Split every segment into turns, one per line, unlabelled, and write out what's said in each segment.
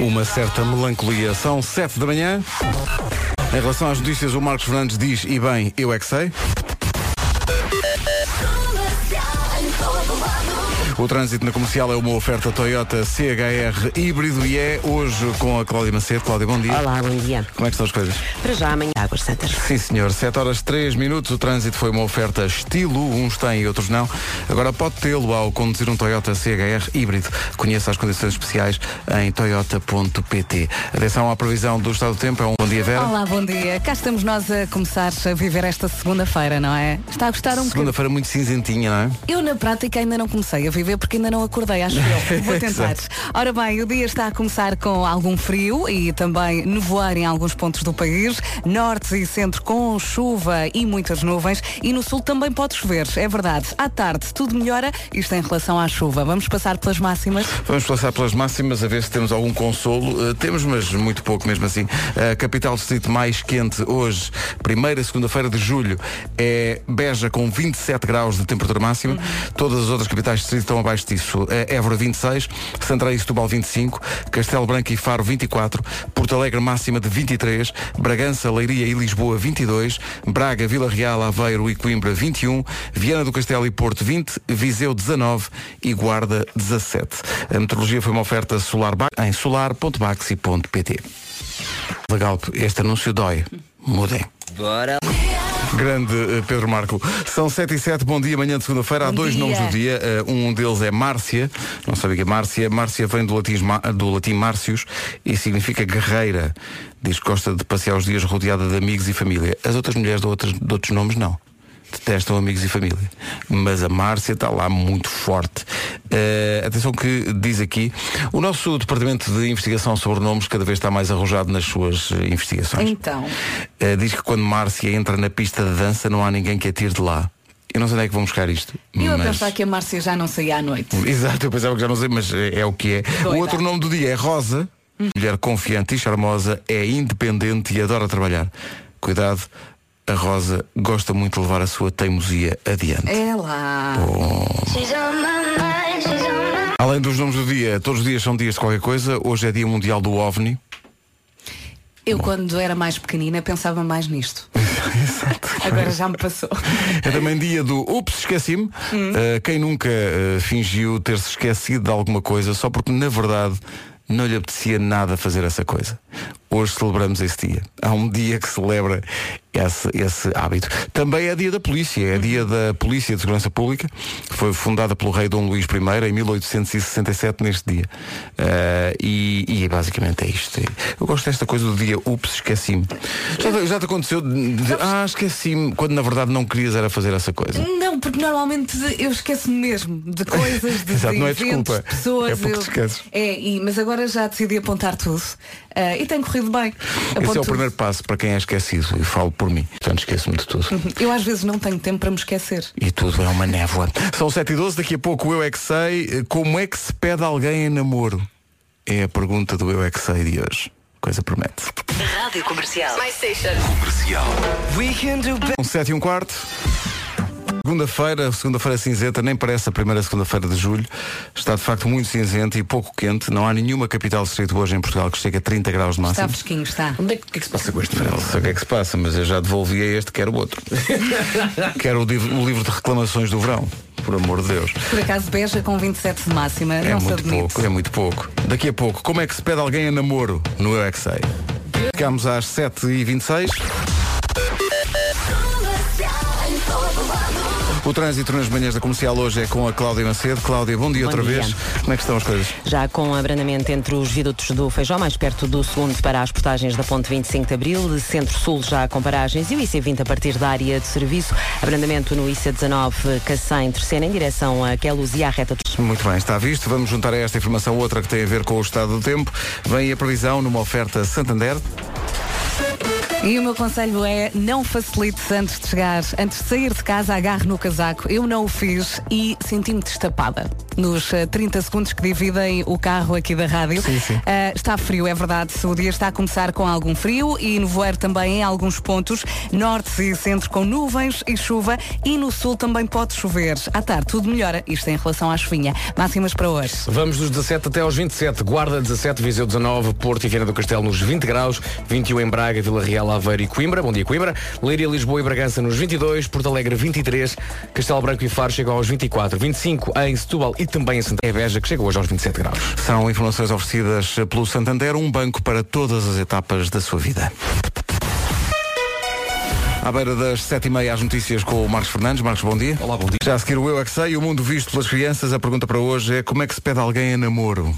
uma certa melancolia. São 7 da manhã. Em relação às notícias, o Marcos Fernandes diz, e bem, eu é que sei. O trânsito na comercial é uma oferta Toyota CHR híbrido e é hoje com a Cláudia Macedo. Cláudia, bom dia.
Olá, bom dia.
Como é que estão as coisas?
Para já amanhã, Águas Santas.
Sim, senhor. 7 horas 3 minutos. O trânsito foi uma oferta estilo. Uns têm e outros não. Agora pode tê-lo ao conduzir um Toyota CHR híbrido. Conheça as condições especiais em toyota.pt. Atenção à previsão do estado do tempo. É um bom dia, Vera.
Olá, bom dia. Cá estamos nós a começar a viver esta segunda-feira, não é? Está a gostar um bocadinho?
Segunda-feira muito cinzentinha, não é?
Eu, na prática, ainda não comecei a viver porque ainda não acordei, acho eu. Vou tentar.
Exato.
Ora bem, o dia está a começar com algum frio e também nevoar em alguns pontos do país. Norte e centro com chuva e muitas nuvens. E no sul também pode chover, é verdade. À tarde tudo melhora, isto em relação à chuva. Vamos passar pelas máximas.
Vamos passar pelas máximas a ver se temos algum consolo. Eh, temos, mas muito pouco mesmo assim. A capital distrito mais quente hoje, primeira segunda-feira de julho, é Beja com 27 graus de temperatura máxima. Todas as outras capitais de distrito estão abaixo disso. Eh, Évora 26, Santarém e Setúbal 25, Castelo Branco e Faro 24, Porto Alegre máxima de 23, Bragança, Leiria e Lisboa 22, Braga, Vila Real, Aveiro e Coimbra 21, Viana do Castelo e Porto 20, Viseu 19 e Guarda 17. A meteorologia foi uma oferta solar Ba- em solar.baxi.pt. Legal, este anúncio dói. Mudem.
Bora.
Grande eh, Pedro Marco. São 7 e 7, bom dia, amanhã de segunda-feira. Há
Bom
dois
dia.
nomes do dia. Eh, um deles é Márcia. Não sabia que é Márcia. Márcia vem do latim, ma- do latim Márcios e significa guerreira. Diz que gosta de passear os dias rodeada de amigos e família. As outras mulheres de, outras, de outros nomes não. Detestam amigos e família. Mas a Márcia está lá muito forte. Eh, atenção que diz aqui, o nosso departamento de investigação sobre nomes cada vez está mais arrojado nas suas eh, investigações.
Então.
Uh, diz que quando Márcia entra na pista de dança não há ninguém que a tire de lá. Eu não sei onde é que vão buscar isto.
Eu a
mas-
pensar que a Márcia já não saía à noite.
Exato, eu pensava que já não sei, mas é, é o que é.
Doida.
O outro nome do dia é Rosa. Mulher confiante e charmosa, é independente e adora trabalhar. Cuidado, a Rosa gosta muito de levar a sua teimosia adiante.
É lá.
Além dos nomes do dia, todos os dias são dias de qualquer coisa. Hoje é dia mundial do OVNI.
Eu quando era mais pequenina pensava mais nisto. Agora já me passou.
É também dia do Ups, esqueci-me. Uh, quem nunca uh, fingiu ter-se esquecido de alguma coisa só porque, na verdade, não lhe apetecia nada fazer essa coisa. Hoje celebramos esse dia. Há um dia que celebra esse, esse hábito. Também é dia da polícia. É dia da Polícia de Segurança Pública. Foi fundada pelo rei Dom Luís I em 1867, neste dia. Uh, e, e basicamente é isto. Eu gosto desta coisa do dia Ups, esqueci-me. Já, te- já te aconteceu de dizer, ah, esqueci-me, quando na verdade não querias era fazer essa coisa.
Não, porque normalmente eu esqueço-me mesmo de coisas, de
Exato, não é
eventos,
desculpa.
de pessoas.
É porque
eu-
te esqueces.
É, e- mas agora já decidi apontar tudo. Ah, e tem corrido bem.
Esse
Aponto
é o
tudo.
primeiro passo para quem é esquecido. E falo por mim. Portanto, esqueço-me de tudo.
Eu às vezes não tenho tempo para me esquecer.
E tudo é uma névoa. São 7 e 12, daqui a pouco o Eu É Que Sei. Eh, Como é que se pede alguém em namoro? É a pergunta do Eu É Que Sei de hoje. Coisa promete.
Rádio Comercial.
Um 7 e um quarto. Segunda-feira, segunda-feira cinzenta, nem parece a primeira segunda-feira de julho. Está de facto muito cinzento e pouco quente. Não há nenhuma capital distrito hoje em Portugal que chegue a 30 graus de
Está
máximo.
fresquinho, está.
Onde é que, o que é que se passa com este Não sei o que é que se passa, mas eu já devolvi a este, quero o outro. quero o, div- o livro de reclamações do verão, por amor de Deus.
Por acaso Beja com 27 de máxima,
É
não se
muito
admite.
pouco, é muito pouco. Daqui a pouco, como é que se pede alguém a namoro no Eu é que sei? Ficamos às 7h26. O trânsito nas manhãs da comercial hoje é com a Cláudia Macedo. Cláudia, bom dia
Bom
outra
dia.
vez. Como é que estão as coisas?
Já com abrandamento entre os viadutos do Feijó, mais perto do segundo para as portagens da Ponte 25 de Abril, de Centro-Sul já com paragens e o IC20 a partir da área de serviço. Abrandamento no IC19, Cacém, terceira, em direção a Queluz e à reta dos...
Muito bem, está visto. Vamos juntar a esta informação outra que tem a ver com o estado do tempo. Vem a previsão numa oferta Santander.
E o meu conselho é não facilites antes de chegar, antes de sair de casa, agarre no casaco. Eu não o fiz e senti-me destapada nos eh, 30 segundos que dividem o carro aqui da rádio.
Sim, sim.
Eh, está frio, é verdade. O dia está a começar com algum frio e no voeiro também em alguns pontos, norte e centro com nuvens e chuva e no sul também pode chover. À tarde tudo melhora, isto em relação à chuvinha. Máximas para hoje.
Vamos dos 17 até aos 27. Guarda 17, Viseu 19, Porto e Viana do Castelo nos 20 graus, 21 em Braga, Vila Real, Aveiro e Coimbra. Bom dia, Coimbra. Leiria, Lisboa e Bragança nos 22, Porto Alegre 23, Castelo Branco e Faro chegam aos 24, 25 em Setúbal e também em Santa é Beja, que chega hoje aos 27 graus.
São informações oferecidas pelo Santander, um banco para todas as etapas da sua vida. À beira das sete e meia, as notícias com o Marcos Fernandes. Marcos, bom dia.
Olá, bom dia.
Já a seguir o Eu É Que Sei, o mundo visto pelas crianças. A pergunta para hoje é como é que se pede alguém a namoro?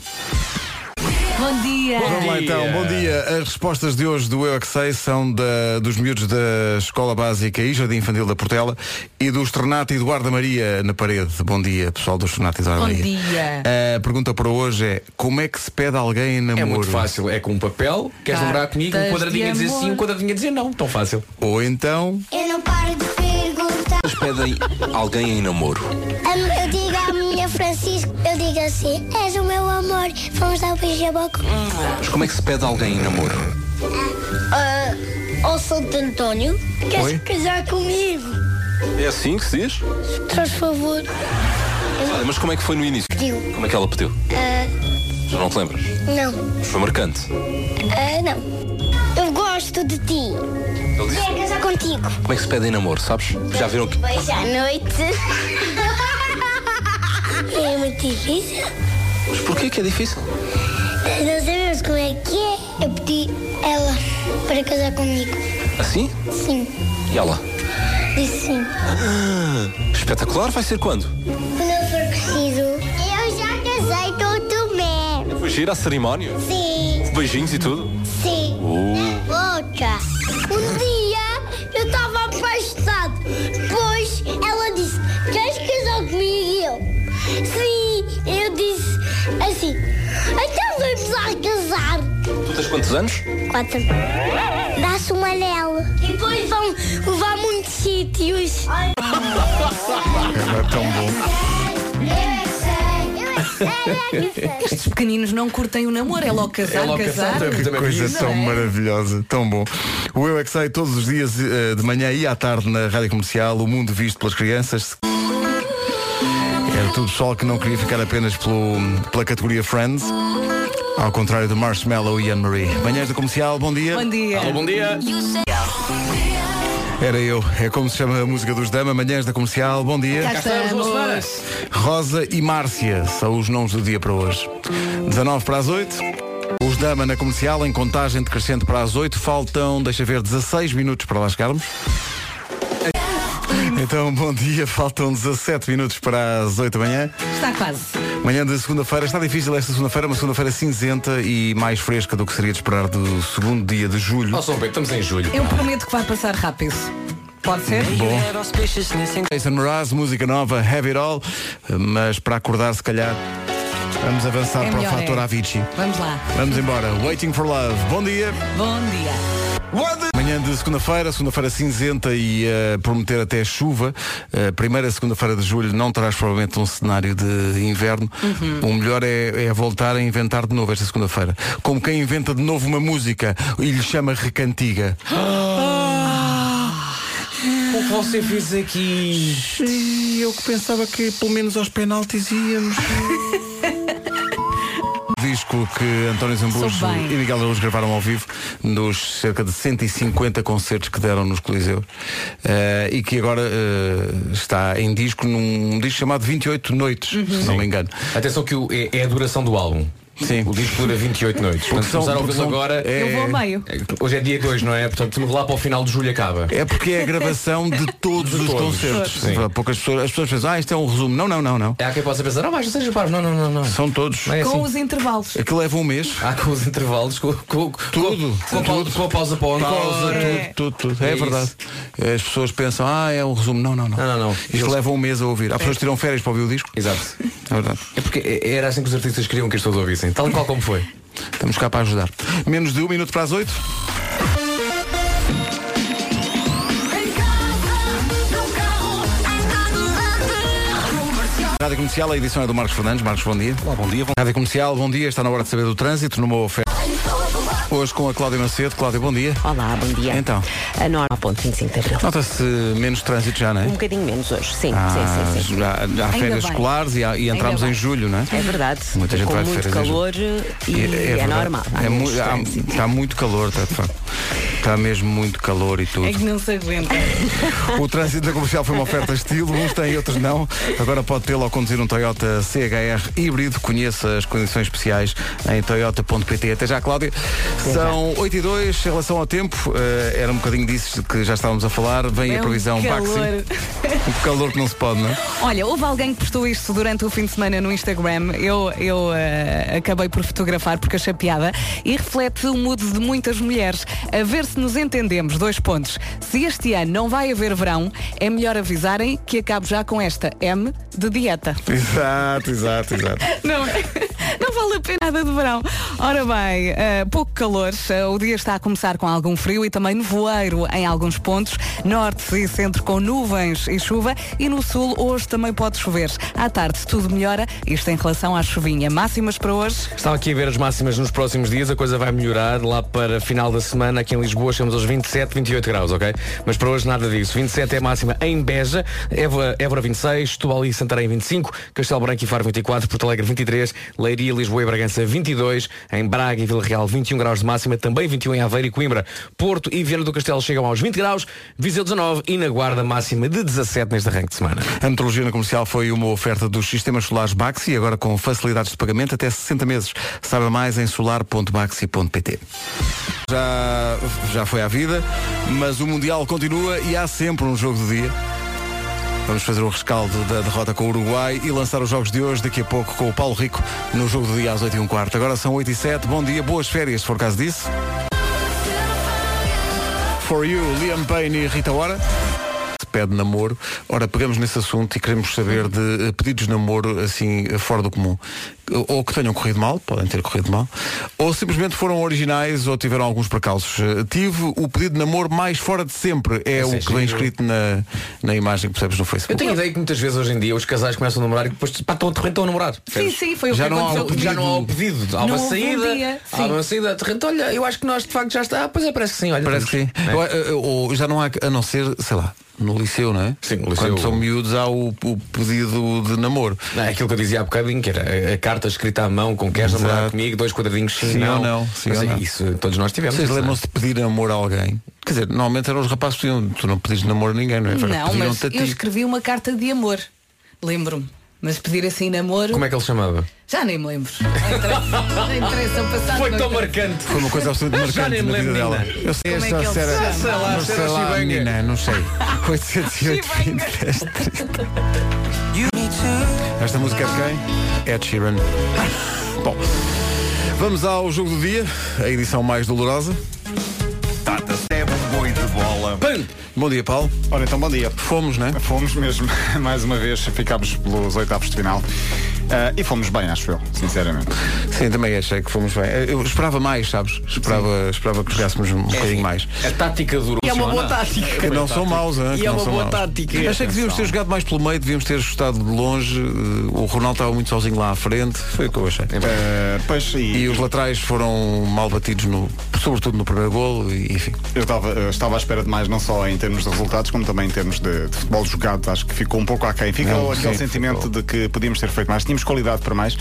Bom dia!
Vamos lá então, bom dia. As respostas de hoje do Eu É Que Sei são da- dos miúdos da Escola Básica e Jardim Infantil da Portela e do Estrenato Eduardo Maria na parede. Bom dia, pessoal do Estrenato Eduardo
Bom
Maria.
dia.
A pergunta para hoje é como é que se pede alguém a namoro?
É muito fácil, é com um papel, queres
Cartas
lembrar comigo, um quadradinho a dizer
Tá. de amor.
sim, um quadradinho a dizer não. Tão fácil.
Ou então...
Eu não paro de perguntar.
Mas pedem alguém em namoro.
Am- Eu digo à minha Francisco, eu digo assim, és o meu amor, vamos dar um beijo à boca.
Mas como é que se pede alguém em namoro?
Ó Ah, Santo António, queres
Oi?
casar comigo?
É assim que se diz?
Por favor.
Olha, mas como é que foi no início?
Pediu.
Como é que ela pediu? Já não te lembras?
"Ah, Não.
Foi marcante.
Ah, não. Eu gosto de ti.
Ele disse.
Quero casar contigo.
Como é que se pede em namoro, sabes? Já viram que.
Beijo à noite. É muito difícil.
Mas porquê que é difícil?
Não sabemos como é que é. Eu pedi ela para casar comigo.
Assim?
Sim.
E ela?
Disse sim.
Espetacular, vai ser quando?
Quando eu for preciso. Eu já casei com o Tomé.
Foi gira a cerimónia?
Sim,
Beijinhos e tudo? "Uh,
sim. Outra. Um dia eu estava apaixonado. Depois ela disse: Queres casar comigo? E eu, sim. Eu disse assim: Então vamos lá casar.
Tu tens quantos anos?
Quatro. Dá-se um anel. E depois vão levar muitos sítios.
Era tão bom.
Eu é que sei. Eu é que sei. Eu é que sei.
Estes pequeninos não curtem o namoro, é logo casar,
É logo casar,
casar.
também.
Que coisa
Não
tão
é?
maravilhosa, tão bom. O Eu é que sai todos os dias eh, de manhã e à tarde na Rádio Comercial, o mundo visto pelas crianças. Era tudo pessoal que não queria ficar apenas pelo, pela categoria Friends, ao contrário do Marshmallow e Anne-Marie. Manhãs da Comercial, bom dia.
Bom dia.
Alô, bom dia.
Era eu, é como se chama a música dos Dama, Manhãs da Comercial, bom dia.
Cá
Estamos, boa
estamos.
semana.
Rosa e Márcia são os nomes do dia para hoje. 19 para as 8. Os Dama na comercial, em contagem decrescente para as 8. Faltam, deixa ver, 16 minutos para lá chegarmos. Então, bom dia. Faltam 17 minutos para as 8 da manhã.
Está quase.
Manhã de segunda-feira. Está difícil esta segunda-feira, uma segunda-feira cinzenta e mais fresca do que seria de esperar do segundo dia de julho.
Ó, São Pedro, estamos em julho.
Eu prometo que vai passar rápido. Pode ser?
Bom. Jason Mraz, música nova, Have It All. Mas para acordar, se calhar, vamos avançar
É
para
melhor,
o fator
é.
Avicii.
Vamos lá.
Vamos embora. Waiting for Love. Bom dia.
Bom dia.
Manhã de segunda-feira, segunda-feira cinzenta e eh, prometer até chuva. Eh, primeira segunda-feira de julho não traz provavelmente um cenário de inverno. O melhor é, é voltar a inventar de novo esta segunda-feira. Como quem inventa de novo uma música e lhe chama recantiga.
O que você fez aqui?
E eu que pensava que pelo menos aos penaltis íamos. Disco que António Zambujo
Sou bem.
e Miguel Araújo gravaram ao vivo nos cerca de 150 concertos que deram nos Coliseus eh, e que agora eh, está em disco num disco chamado 28 Noites,
Uhum.
se não me engano.
Atenção que o- é, é a duração do álbum.
Sim.
O disco dura 28 noites. Portanto, se
são-
começar a
porque
ouvi-lo
são-
agora.
é-
Eu vou ao meio.
É, Hoje é dia 2, não é? Portanto, lá para o final de julho acaba.
É porque é a gravação de todos
De
os
todos,
concertos.
sim.
Poucas pessoas, as pessoas pensam, ah, isto é um resumo. Não, não, não, não.
Há quem possa pensar, não, mas não seja parvo. Não, não, não, não.
São todos.
Não é
Com
assim.
os intervalos.
Aquilo leva um mês.
Há com os intervalos, com, com, com-
Tudo.
com, a pausa, com a pausa para o
pausa,
andar.
É.
tudo, tudo, tudo. É,
É
verdade. As pessoas pensam, ah, é um resumo. Não, não, não.
Não, não, não.
Isto
Eles-
leva um mês a ouvir. Há pessoas que tiram férias para ouvir o disco.
Exato.
É verdade.
É porque é- era assim que os artistas queriam que as pessoas ouvissem, tal e qual como foi.
Estamos cá para ajudar. Menos de um minuto para as oito. Rádio Comercial, a edição é do Marcos Fernandes. Marcos, bom dia.
Bom dia, bom...
Rádio Comercial, bom dia. Está na hora de saber do trânsito numa oferta. Hoje com a Cláudia Macedo. Cláudia, bom dia.
Olá, bom dia.
Então.
A norma, ponto 25 de abril.
Nota-se menos trânsito já, não é?
Um bocadinho menos hoje, sim,
Há-
sim, sim, sim.
Há, há férias
bem.
escolares e, há- e entramos
bem.
em julho, não é?
É verdade.
Muita gente
Com
vai de
muito
férias em
calor e é,
verdade.
normal. Há
É mu-
menos
há-
trânsito.
Está muito calor, está de facto. Está mesmo muito calor e tudo.
É que não se aguenta.
O trânsito da comercial foi uma oferta estilo, uns têm, outros não. Agora pode tê-lo ao conduzir um Toyota CHR híbrido. Conheça as condições especiais em toyota.pt. Até já, Cláudia. São 8 e 2 em relação ao tempo. eh, era um bocadinho disso que já estávamos a falar. Vem
É
a
um
previsão
calor.
Baxi. Um calor que não se pode, não é?
Olha, houve alguém que postou isto durante o fim de semana no Instagram. Eu, eu eh, acabei por fotografar porque achei piada e reflete o mood de muitas mulheres. A ver se nos entendemos. Dois pontos. Se este ano não vai haver verão, é melhor avisarem que acabo já com esta M de dieta.
Exato, exato, exato.
Não, é? não vale a pena nada de verão. Ora bem, eh, pouco calor. eh, o dia está a começar com algum frio e também nevoeiro em alguns pontos. Norte e centro com nuvens e chuva. E no sul hoje também pode chover. À tarde tudo melhora. Isto em relação à chuvinha. Máximas para hoje.
Estava aqui a ver as máximas nos próximos dias, a coisa vai melhorar lá para final da semana. Aqui em Lisboa chegamos aos 27, 28 graus, ok? Mas para hoje nada disso. 27 é a máxima em Beja, Évora, Évora 26, Tubal e Santarém 25, Castelo Branco e Faro 24, Porto Alegre 23, Leiria, Lisboa e Bragança 22, em Braga e Vila Real 21 graus de máxima, também 21 em Aveiro e Coimbra. Porto e Viana do Castelo chegam aos 20 graus, Viseu 19 e na Guarda máxima de 17 neste arranque de semana.
A metrologia na comercial foi uma oferta dos sistemas solares Baxi, agora com facilidades de pagamento até 60 meses. Saiba mais em solar.baxi.pt. Já, já foi à vida, mas o Mundial continua e há sempre um jogo do dia. Vamos fazer o rescaldo da derrota com o Uruguai e lançar os jogos de hoje daqui a pouco com o Paulo Rico no jogo do dia às 8 h 15 Agora são 8 e 7 Bom dia, boas férias, se for caso disso. For You, Liam Payne e Rita Ora se pede namoro. Ora, pegamos nesse assunto e queremos saber de eh, pedidos de namoro assim eh, fora do comum. Ou que tenham corrido mal, podem ter corrido mal, ou simplesmente foram originais ou tiveram alguns percalços. Eh, Tive o pedido de namoro mais fora de sempre, é
Isso
o
é
que vem
giro.
escrito na, na imagem que percebes no
Eu
Facebook.
tenho ideia que muitas vezes hoje em dia os casais começam a namorar e depois pá, estão a estão a namorar.
Sim, sim, foi o
Já
que
não há
aconteceu.
o pedido.
já não há o pedido. Há
Não
uma
houve um
saída.
dia,
há
sim.
uma saída. De repente, olha, eu acho que nós de facto já está. Ah, pois é, parece que sim. Olha,
Parece que sim.
É.
Ou, eh, Ou, já não há, a não ser, sei lá, no liceu, não é?
Sim, no liceu.
Quando são miúdos há o, o pedido de namoro.
Não, é aquilo que eu dizia há bocadinho, que era a- a carta escrita à mão com queres namorar
Exato.
comigo, dois quadradinhos sim,
Sim
não.
ou não, sim
Mas
ou
é
não.
Isso todos nós tivemos. é?
Vocês
isso,
lembram-se de pedir namoro a alguém? Quer dizer, normalmente eram os rapazes que pediam, tu não pedis namoro a ninguém, não é?
Não, mas
Pediam-te a
eu
ti.
escrevi uma carta de amor. Lembro-me. Mas pedir assim namoro,
Como é que ele se chamava?
já nem me lembro. Não interessa, não interessa o passado. não interessa.
marcante.
Foi uma coisa absolutamente
Já
marcante
nem me
na vida
lembro,
dela.
menina.
Eu sei,
Como é que ele se chama?
Sei lá,
não
sei
sei,
lá,
lá,
Chibanga.
menina, não sei. 808 20 10 30. Esta música é de quem? Ed Sheeran. Bom, vamos ao jogo do dia, a edição mais dolorosa.
Tata Sebe, boi de bola.
Pam! Bom dia, Paulo.
Ora então, bom dia.
Fomos, né?
Fomos mesmo, mais uma vez, ficámos pelos oitavos de final. Ah, e fomos bem, acho eu, sinceramente.
Sim, também achei que fomos bem. Eu esperava mais, sabes? Esperava, esperava que jogássemos
É,
um bocadinho mais.
A tática do
E é uma boa
tática.
Que não são maus, hein?
E é
Que não
uma
são
boa
maus.
tática.
Achei que devíamos ter jogado mais pelo meio, devíamos ter ajustado de longe. eh, O Ronaldo estava muito sozinho lá à frente. Foi o que eu achei.
Ah, pois, e,
E os laterais foram mal batidos, no, sobretudo no primeiro golo, e, enfim.
eu estava, eu estava à espera de mais, não só em termos de resultados, como também em termos de, de futebol jogado. Acho que ficou um pouco aquém. Fica
Não,
aquele
sim,
sentimento de que podíamos ter feito mais, tínhamos qualidade para mais.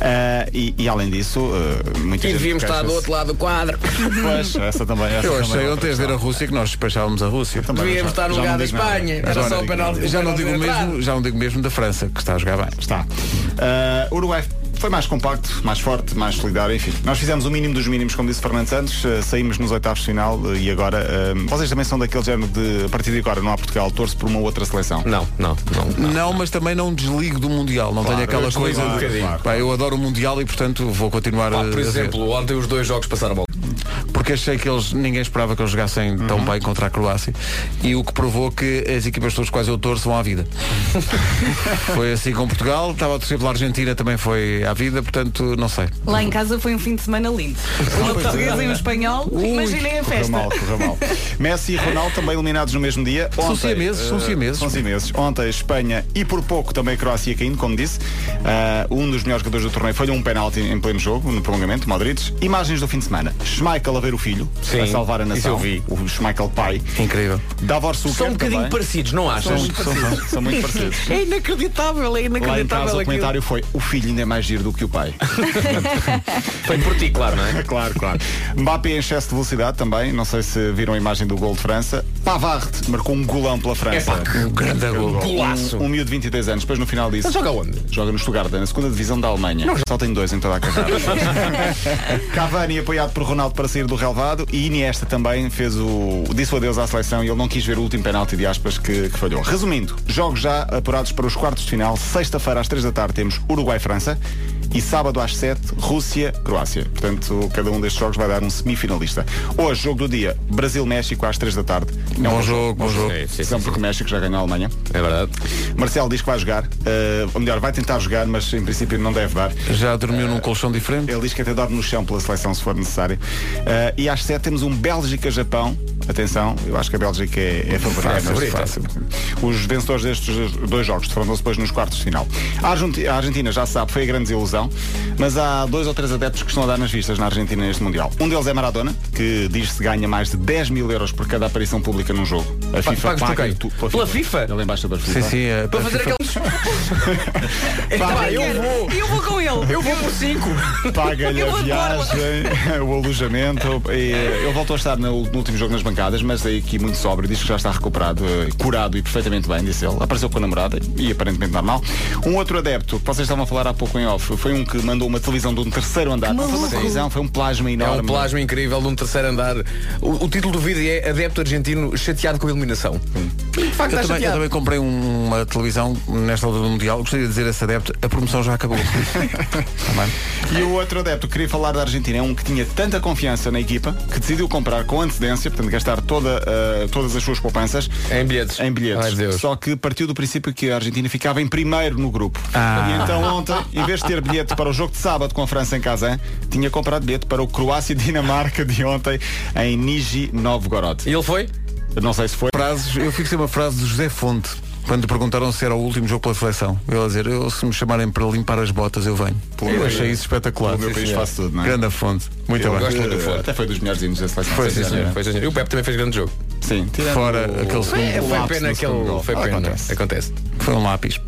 Ah, e, e além disso, ah, muita
E
gente
devíamos estar
queixa-se.
do outro lado do quadro.
Pois, essa também. Essa
Eu
também é
achei
outra
ontem a ver a
questão.
Rússia que nós despachávamos a Rússia.
Também
Devíamos
já-
estar no
já
lugar
não
da
digo nada.
Espanha. Era
Já
só
não
o
digo
penalti.
nada.
Já não digo o
Penalti
mesmo, já não digo mesmo da França, que está a jogar bem.
Está. Uh, Uruguai foi mais compacto, mais forte, mais solidário, enfim. Nós fizemos o mínimo dos mínimos, como disse Fernando Santos, uh, saímos nos oitavos de final uh, e agora uh, vocês também são daquele género de a partir de agora não há Portugal, torce por uma outra seleção.
Não, não, não.
Não, mas também não desligo do Mundial. Não tenho aquela
desligo
coisa
um
de.
bocadinho.
Pá, eu adoro o Mundial e, portanto, vou continuar
Pá,
a.
por
a ver.
exemplo, ontem os dois jogos passaram a bola.
Por porque achei que eles ninguém esperava que eles jogassem tão bem contra a Croácia e o que provou que as equipas pelas quais eu torço vão à vida. foi assim com Portugal, estava a torcer pela Argentina também foi à vida, portanto não sei.
Lá em casa foi um fim de semana lindo. Uma portuguesa e um espanhol. Imaginem a
Correu
festa.
mal, correu mal. Messi e Ronaldo também eliminados no mesmo dia.
São
Ontem,
siameses, são
eh,
siameses.
São siameses. Ontem, Espanha e por pouco também a Croácia caindo, como disse. Ah, um dos melhores jogadores do torneio falhou um penalti em pleno jogo, no prolongamento, Madrid. Imagens do fim de semana. Schmeichel a ver o filho,
Sim,
a salvar a
isso
nação.
eu vi.
O Schmeichel pai.
Incrível.
Davor Suker
é
São um bocadinho
também.
parecidos, não
um
São,
achas?
são- são- são muito parecidos.
É inacreditável, é
Lá em casa
inacreditável
o
aquilo.
comentário foi o filho ainda é mais giro do que o pai.
Foi por ti, claro, não é?
claro, claro. Mbappé em excesso de velocidade também. Não sei se viram a imagem do gol de França. Pavard marcou um golão pela França.
Epá, que
Um grande gol.
golaço.
Um, um miúdo de 22 anos, depois no final disso.
Ele joga onde?
Joga no Stuttgart, na segunda divisão da Alemanha. Só tem dois em toda a carreira. Cavani apoiado por Ronaldo para sair do relvado e Iniesta também fez o disse o adeus à seleção e ele não quis ver o último penalti de aspas que, que falhou. Resumindo, jogos já apurados para os quartos de final. Sexta-feira às três da tarde temos Uruguai-França e sábado às sete Rússia-Croácia. Portanto, cada um destes jogos vai dar um semifinalista. Hoje, jogo do dia, Brasil-México às três da tarde. É um
Bom jogo, bom jogo.
É, sim, sim,
São
sim.
porque o México já ganhou a Alemanha.
É verdade.
Marcelo diz que vai jogar, eh, ou melhor, vai tentar jogar, mas em princípio não deve dar.
Já dormiu num colchão diferente?
Ele diz que até dorme no chão pela seleção se for necessário. Eh, e às 7 temos um Bélgica-Japão. Atenção, eu acho que a Bélgica é, é favorita.
Fácil,
mas
fácil.
Os vencedores destes dois jogos defrontam-se depois nos quartos de final. A Argenti- a Argentina, já se sabe, foi a grande desilusão, mas há dois ou três adeptos que estão a dar nas vistas na Argentina neste Mundial. Um deles é Maradona, que diz-se ganha mais de 10 mil euros por cada aparição pública num jogo. A FIFA
pagos por
paga
quem?
tu-
Pela FIFA?
Ele é embaixador
Sim,
FIFA.
sim, é,
Para fazer aqueles. Pá, Então, eu vou.
E eu vou com ele.
Eu vou por 5.
Paga-lhe
Eu
a
adoro.
viagem, o alojamento. E, eh, ele voltou a estar no, no último jogo nas bancadas, mas aí aqui muito sóbrio, diz que já está recuperado, eh, curado e perfeitamente bem, disse ele. Apareceu com a namorada e aparentemente normal. Um outro adepto, que vocês estavam a falar há pouco em off, foi um que mandou uma televisão de um terceiro andar. Não foi uma televisão, foi um plasma
É
enorme.
um plasma incrível de um terceiro andar. O, o título do vídeo é Adepto Argentino chateado com a iluminação. E, De facto, está
Eu também, eu
chateado.
também comprei um- uma televisão nesta altura do Mundial. Gostaria de dizer a esse adepto, a promoção já acabou. Tá bem?
E o outro adepto que queria falar da Argentina é um que tinha tanta confiança na equipa que decidiu comprar com antecedência, portanto gastar toda, eh, todas as suas poupanças
Em bilhetes.
em bilhetes.
Ai, Deus.
Só que partiu do princípio que a Argentina ficava em primeiro no grupo.
Ah.
E então ontem, em vez de ter bilhete para o jogo de sábado com a França em Kazan, tinha comprado bilhete para o Croácia-Dinamarca de ontem em Niji Novgorod.
E ele foi?
Não sei se foi.
Frases, eu fico sem uma frase do José Fonte, quando lhe perguntaram se era o último jogo pela seleção. Ele a dizer, eu, se me chamarem para limpar as botas, eu venho. eu achei isso espetacular.
O meu país faz tudo, não é?
Grande a fonte. Muito
Eu
bem.
gosto muito
Eh,
do Forte. Até foi dos melhores hinos da seleção.
Foi, sim, senhor.
Foi, senhor. E o Pepe também fez grande jogo.
Sim, tirando
Fora
o-
aquele segundo
É,
gol.
Foi
Lapso
pena
no
que
segundo
ele.
gol.
Foi pena.
Acontece.
Acontece.
Foi um lápis.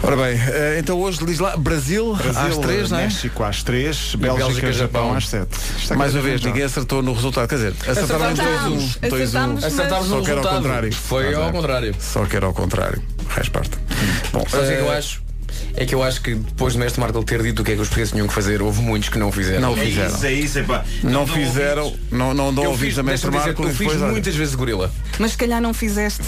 Ora bem, eh, então hoje diz lá Brasil, às
Brasil,
três, não é?
México às 3, Bélgica,
Bélgica,
Japão,
Japão.
às é 7.
Mais uma vez, ninguém acertou no resultado. Quer dizer, acertaram os dois um.
Acertámos,
Dois um.
acertámos.
Acertámos
Só
no
que era ao
resultado.
contrário.
Foi
Ah,
ao
é.
contrário.
Só que era ao contrário. Faz parte. Bom,
Sabes o que é que eu
eh,
acho? É que eu acho que depois do mestre Marco ter dito o que é que os portugueses tinham que fazer, houve muitos que não fizeram.
não
É
fizeram.
isso, é isso, é pá.
Não
dão
fizeram,
ouvidos.
não, não dão
Eu
ouvidos
fiz,
a mestre
deixa-me dizer,
Marco
eu
e
fiz
depois olha.
muitas vezes gorila.
Mas se calhar não fizeste.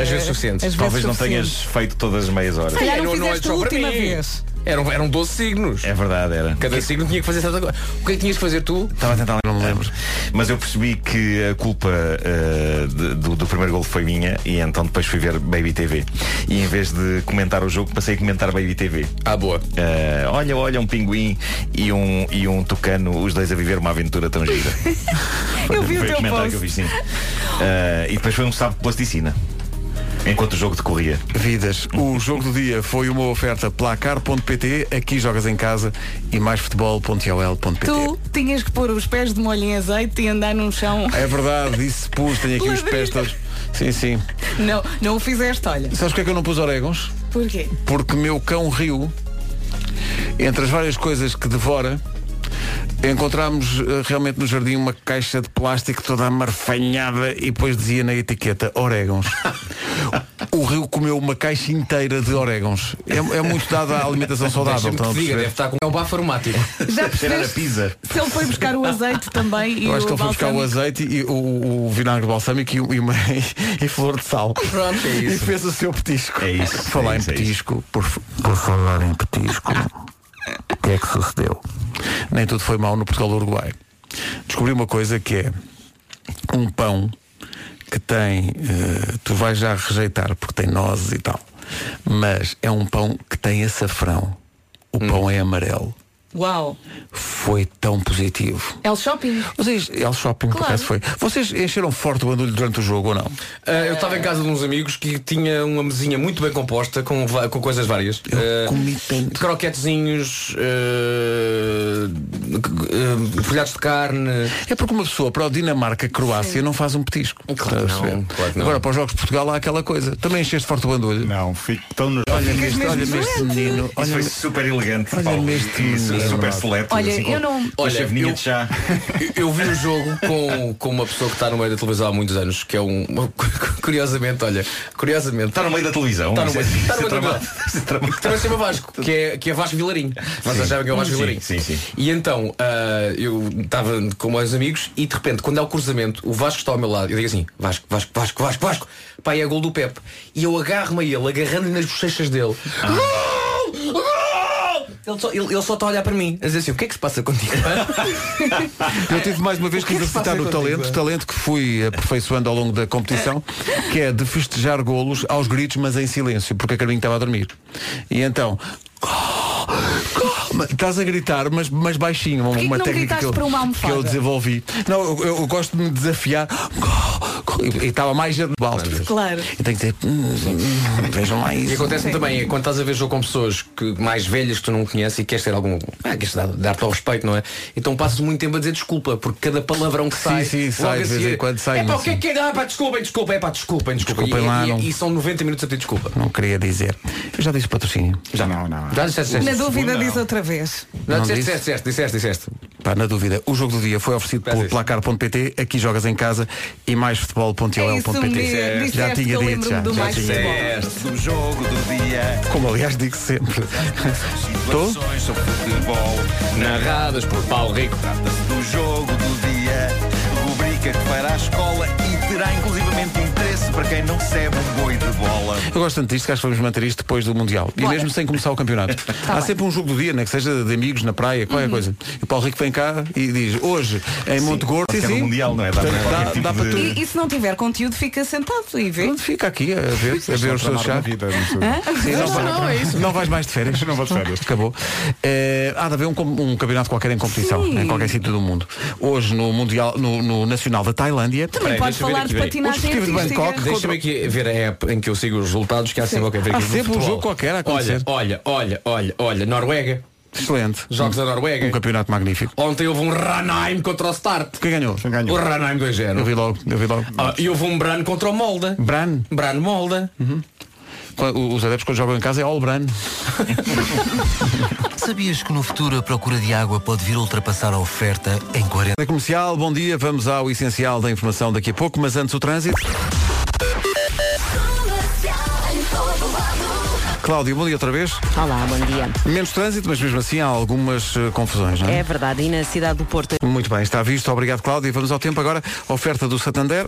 Às vezes suficientes.
às vezes
Talvez não
suficientes.
tenhas feito todas as meias horas.
Se calhar
Eu
não
olho
fizeste a
só para
última
mim.
vez.
Eram, eram 12 signos.
É verdade, era.
Cada signo tinha que fazer certa coisa. O que é que tinhas que fazer tu?
Estava a tentar, não me lembro.
É. Mas eu percebi que a culpa eh, de- do, do primeiro gol foi minha e então depois fui ver Baby TV. E em vez de comentar o jogo, passei a comentar Baby TV.
Ah, boa.
Eh, olha, olha, um pinguim e um, e um tucano, os dois a viver uma aventura tão gira.
Eu vi o
foi
teu
comentário
post.
que eu vi, sim. Eh, e depois foi um sapo de plasticina. Enquanto o jogo decorria.
Vidas, o jogo do dia foi uma oferta placar.pt, aqui jogas em casa e maisfutebol.ol.pt.
Tu tinhas que pôr os pés de molho em azeite e andar num chão.
É verdade, disse pus, tenho aqui os pés todos. Sim, sim.
Não, não o fizeste, olha.
Sabes porque é que eu não pus orégãos?
Porquê?
Porque meu cão riu, entre as várias coisas que devora, encontramos eh, realmente no jardim uma caixa de plástico toda amarfanhada e depois dizia na etiqueta orégãos. o rio comeu uma caixa inteira de orégãos. É, é muito dado à alimentação saudável.
Deixa-me que
estão a
te diga,
perceber?
deve estar com. É o bafo aromático.
Já
Cheirar a
percebeste?
pizza.
Se ele foi buscar o azeite também e
Eu
o
acho que ele foi buscar o
balsâmico.
azeite e o, o vinagre balsâmico e, o- e uma- e flor de sal.
Pronto, é
E
isso.
fez o seu petisco.
É isso, é
Falar
isso,
em
é isso.
petisco, por, f- por falar em petisco, o que é que sucedeu? Nem tudo foi mal no Portugal-Uruguai. descobri uma coisa que é um pão que tem, eh, tu vais já rejeitar porque tem nozes e tal, mas é um pão que tem açafrão. O
Hum.
pão é amarelo.
Uau.
Foi tão positivo.
É o shopping.
Vocês, El Shopping, por
Claro.
acaso foi. Vocês encheram forte o bandulho durante o jogo ou não?
Ah, eu estava em casa de uns amigos que tinha uma mesinha muito bem composta com, va- com coisas várias. Ah,
comi tanto.
croquetezinhos, ah, c- ah, folhados de carne.
É porque uma pessoa para o Dinamarca, Croácia, não faz um petisco.
Claro
Está a
que
perceber?
não, claro que não.
Agora, para os Jogos de Portugal, há aquela coisa. Também encheste forte o bandulho.
Não, fico tão no...
Olha-me este, olha-me
mesmo
este menino.
Isso foi
Olha-me...
super elegante,
olha
Paulo.
neste
Isso, é
menino,
super
Renato.
seleto.
Olha,
assim, com-
eu não-
com
Olha,
chaveninha
eu-
de chá.
Eu vi o jogo com, com uma pessoa que está no meio da televisão há muitos anos, que é um. Curiosamente, olha, curiosamente.
Está Tá no meio da televisão.
Está Tá no
Isso é-
meio- está
isso
no meio da
é tramado.
televisão.
Isso é tramado.
que também se chama Vasco, que é, que é Vasco Vilarinho. Mas
Sim.
achavam que é o Vasco
Sim,
Vilarinho.
sim, sim.
E então, ah, eu estava com meus amigos e de repente, quando há o cruzamento, o Vasco está ao meu lado. Eu digo assim, Vasco, Vasco, Vasco, Vasco, Vasco. Pá, e é gol do Pepe. E eu agarro-me a ele, agarrando-lhe nas bochechas dele.
Ah.
Gol! Gol! Ele só, ele, ele só está a olhar para mim, a dizer assim, o que é que se passa contigo?
Eu tive mais uma vez
O
que
que é que se
exercitar
passa
o
contigo,
talento,
é?
talento que fui aperfeiçoando ao longo da competição, que é de festejar golos aos gritos, mas em silêncio, porque a Carminho estava a dormir. E então. "Gol! Gol!" Mas Estás a gritar, mas, mas baixinho, uma,
que não
técnica que
gritaste
eu,
para uma
que
almofada?
eu desenvolvi. Não, eu, eu gosto de me desafiar. "Gol! Gol!" E- E estava mais alto.
Claro.
Eu tenho que dizer, "Hum, hum, vejam lá
E
isso.
acontece me também, é quando estás a ver jogo com pessoas que, mais velhas que tu não conheces e queres ter algum. Ah, queres dar- dar-te ao respeito, não é? Então passas muito tempo a dizer desculpa, porque cada palavrão que sai.
sim, sai, de vez em quando sai
É pá,
mesmo,
o que é que é? Ah, pá, desculpem, desculpem, é pá, desculpem, desculpem.
Desculpem
E-
lá,
e,
não-
e, são 90 minutos a pedir desculpa.
Não queria dizer. Eu já disse patrocínio.
Já não, não.
Já disseste,
Na
disseste.
dúvida diz outra vez.
Não,
Não
disseste,
disse?
disseste, disseste, disseste, disseste.
Pá, na dúvida, o jogo do dia foi oferecido
Faz
pelo
isso.
placar.pt, aqui jogas em casa e mais
É isso
futebol.ol.pt.
mesmo, disseste que eu lembro-me do mais
tinha
futebol.
dito.
Do jogo do dia.
Como aliás digo sempre. Estou?
Situações sobre futebol.
Narradas por Paulo Rico.
Trata-se do jogo do dia. Rubrica que fará a escola e terá inclusivamente interesse para quem não recebe um boi de bola.
Eu gosto tanto disto, que acho que vamos manter isto depois do Mundial. E mesmo sem começar o campeonato.
Tá
Há sempre um jogo do dia, né? que seja de amigos na praia, qualquer
Uhum.
coisa. E o Paulo Rico vem cá e diz, hoje em Monte Gordo.
pode ser
um
no Mundial, não é? Dá
Portanto,
para qualquer tipo
dá para
de-
tudo.
E, e se não tiver conteúdo, fica sentado e vê.
Pronto, Fica aqui a ver, a ver os seus
Tramar na
chá.
vida, não sei.
Sim, não, vai- não vais mais de férias.
Não vou de férias.
Acabou. Eh, há de haver um, com- um campeonato qualquer em competição, em qualquer sítio do mundo. Hoje no Mundial, no, no Nacional da Tailândia.
Também pode
deixa eu ver
falar
aqui,
de
peraí.
O
patinagem
desportivo de Bangkok
artística.
Deixa-me aqui ver a app em que eu sigo os resultados, que há sempre, ok, ver
Há
aqui no
sempre um
futebol.
jogo qualquer a acontecer.
Olha, olha, olha, olha, olha, Noruega.
Excelente.
Jogos da Noruega.
Um campeonato magnífico.
Ontem houve um Ranheim contra o Start.
Quem ganhou?
Quem ganhou?
O Ranheim 2
Eu
0
vi logo, eu vi logo.
Ah, e houve um Brano contra o Molda.
Bran.
Brano Molda.
Quando- Os adeptos quando jogam em casa é All Bran.
Sabias que no futuro a procura de água pode vir a ultrapassar a oferta em 40?
Da comercial, bom dia. Vamos ao essencial da informação daqui a pouco, mas antes o trânsito. Cláudio, bom dia outra vez.
Olá, bom dia.
Menos trânsito, mas mesmo assim há algumas eh, confusões, não é?
É verdade, e na cidade do Porto
Muito bem, está visto. Obrigado, Cláudio. E vamos ao tempo agora. Oferta do Santander.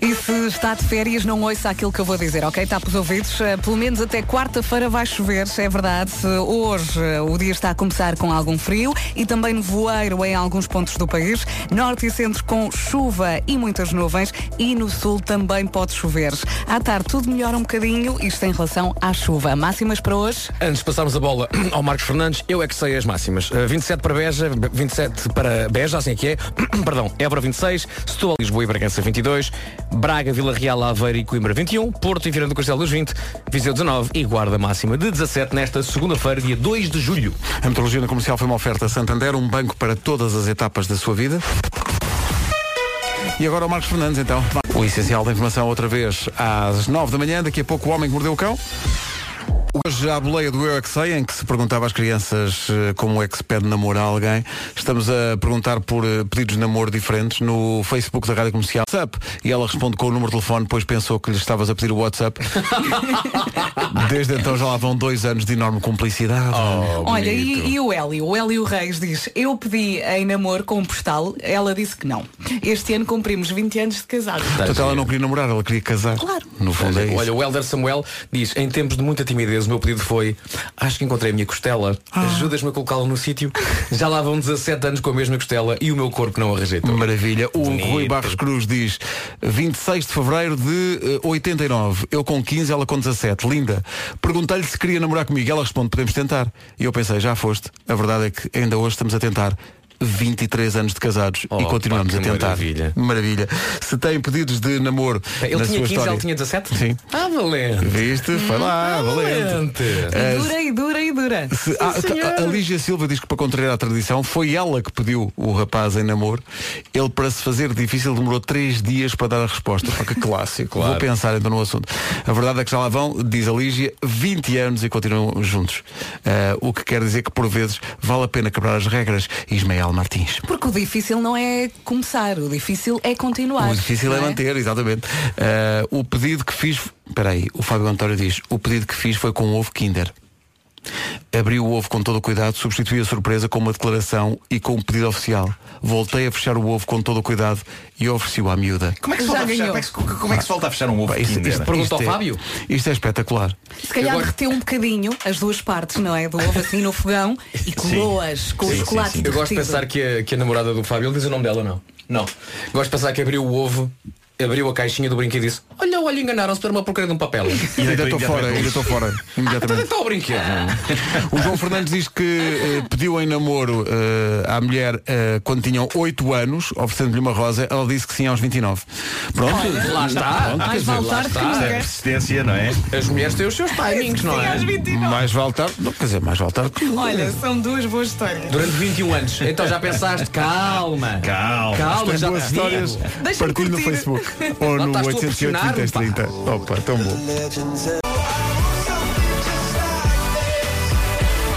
E se está de férias, não ouça aquilo que eu vou dizer, ok? Está para os ouvidos. Eh, Pelo menos até quarta-feira vai chover, é verdade. Eh, Hoje eh, o dia está a começar com algum frio e também nevoeiro em alguns pontos do país. Norte e centro com chuva e muitas nuvens e no sul também pode chover. À tarde tudo melhora um bocadinho, isto em relação à chuva. Máximas para hoje?
Antes de passarmos a bola ao Marcos Fernandes, eu é que sei as máximas. Ah, 27 para Beja, 27 para Beja, assim é que é. Perdão, Évora 26, Setúbal, Lisboa e Bragança 22, Braga, Vila Real, Aveiro e Coimbra 21, Porto e Viana do Castelo dos 20, Viseu 19 e Guarda máxima de 17 nesta segunda-feira, dia 2 de julho.
A metrologia na comercial foi uma oferta a Santander, um banco para todas as etapas da sua vida. E agora o Marcos Fernandes, então. O essencial da informação, outra vez, às 9 da manhã. Daqui a pouco, o homem que mordeu o cão. Hoje, à boleia do Eu é Que Sei, em que se perguntava às crianças eh, como é que se pede namoro a alguém, estamos a perguntar por eh, pedidos de namoro diferentes no Facebook da Rádio Comercial. WhatsApp. E ela responde com o número de telefone, pois pensou que lhe estavas a pedir o WhatsApp. Desde então já lá vão dois anos de enorme cumplicidade.
Olha, e, e o Hélio? O Hélio Reis diz, eu pedi em namoro com um postal, ela disse que não. Este ano cumprimos 20 anos de casado.
Tá Portanto, ela não queria namorar, ela queria casar.
Claro.
No fundo é isso.
Olha, o Elder Samuel diz, em tempos de muita timidez, o meu pedido foi acho que encontrei a minha costela,
Ah.
ajudas-me a colocá-la no sítio. Já lá vão 17 anos com a mesma costela e o meu corpo não a rejeitou.
Maravilha. O
Bonito.
Rui Barros Cruz diz 26 de fevereiro de eh, 89. Eu com 15, ela com 17. Linda. Perguntei-lhe se queria namorar comigo. Ela responde: podemos tentar. E eu pensei: já foste. A verdade é que ainda hoje estamos a tentar. 23 anos de casados
Oh,
e continuamos
pá,
a
que
tentar.
maravilha.
Maravilha. Se tem pedidos de namoro
Ele
na
tinha
sua
15,
história.
ele tinha 17?
Sim.
Ah, valente. Ah,
Viste? Foi lá, valente.
É.
E dura, e dura, e dura.
Se- ah, a, a Lígia Silva diz que para contrariar a tradição foi ela que pediu o rapaz em namoro. Ele para se fazer difícil demorou três dias para dar a resposta. Pá, que clássico.
Claro.
Vou pensar então no assunto. A verdade é que já lá vão, diz a Lígia, 20 anos e continuam juntos. Ah, o que quer dizer que por vezes vale a pena quebrar as regras. Ismael Martins.
Porque o difícil não é começar, o difícil é continuar.
O difícil é
não
manter, exatamente. Ah, o pedido que fiz. Espera aí, o Fábio António diz: o pedido que fiz foi com um ovo Kinder. Abri o ovo com todo o cuidado, substituí a surpresa com uma declaração e com um pedido oficial. Voltei a fechar o ovo com todo o cuidado e ofereci-o à miúda.
Como é que se
Já
volta a fechar?
ganhou.
Como é que se- Como é que se volta a fechar um ovo
Pá, isto-
Kinder?
isto-
Pergunta
isto
ao
é-
Fábio.
Isto é espetacular.
Se calhar
Eu gosto-
derreteu um bocadinho as duas partes, não é? Do ovo assim no fogão e colou-as com
Sim,
o
sim,
chocolate
sim.
Eu gosto de
derretido.
pensar que a, que a namorada do Fábio, ele diz o nome dela, não? Não. Gosto de pensar que abriu o ovo, abriu a caixinha do brinquedo e disse, olha, olha, enganaram-se para uma porcaria de um papel.
E
Ainda
deitou
estou fora,
imediatamente
ainda estou fora.
Onde
Imediatamente.
está o brinquedo?
O João Fernandes diz que eh, pediu em namoro eh, à mulher eh, quando tinham 8 anos, oferecendo-lhe uma rosa, ela disse que sim aos 29. Pronto,
Lá está.
Pronto,
Mais vale tarde que
Isto é
nunca.
persistência, não é?
As mulheres têm os seus timings, não é?
mais vale tarde. não, Quer dizer, mais vale tarde. que nunca.
Olha, são duas boas histórias.
Durante 21 anos. Então já pensaste, calma.
Ah,
Calma.
Calma,
Tem
já
boas histórias.
Digo.
Deixa-me
Partilhe no
curtir.
Facebook ou
Lá
no
estás tu a
808
pressionar-me,
30. Opa, tão bom.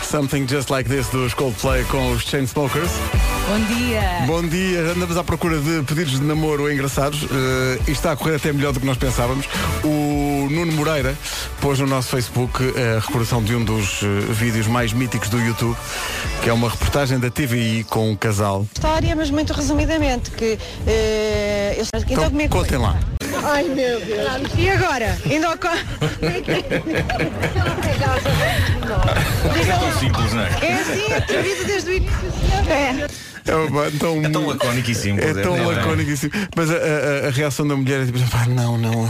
Something Just Like This dos Coldplay com os Chainsmokers.
Bom
É.
dia.
Bom dia, andamos à procura de pedidos de namoro engraçados eh, e está a correr até melhor do que nós pensávamos. O Nuno Moreira pôs no nosso Facebook a recordação de um dos eh, vídeos mais míticos do YouTube, que é uma reportagem da TVI com um casal.
história, mas muito resumidamente, que eh, eu sei
Então,
é
contem lá.
Ai meu Deus. E agora? Indo ao co...
É tão simples, não é?
É assim, atrevido desde o início. É.
É, uma- tão,
É tão lacónico e simples.
É tão
verdade.
lacónico isso. Mas a, a- a reação da mulher é tipo, pá, não, não.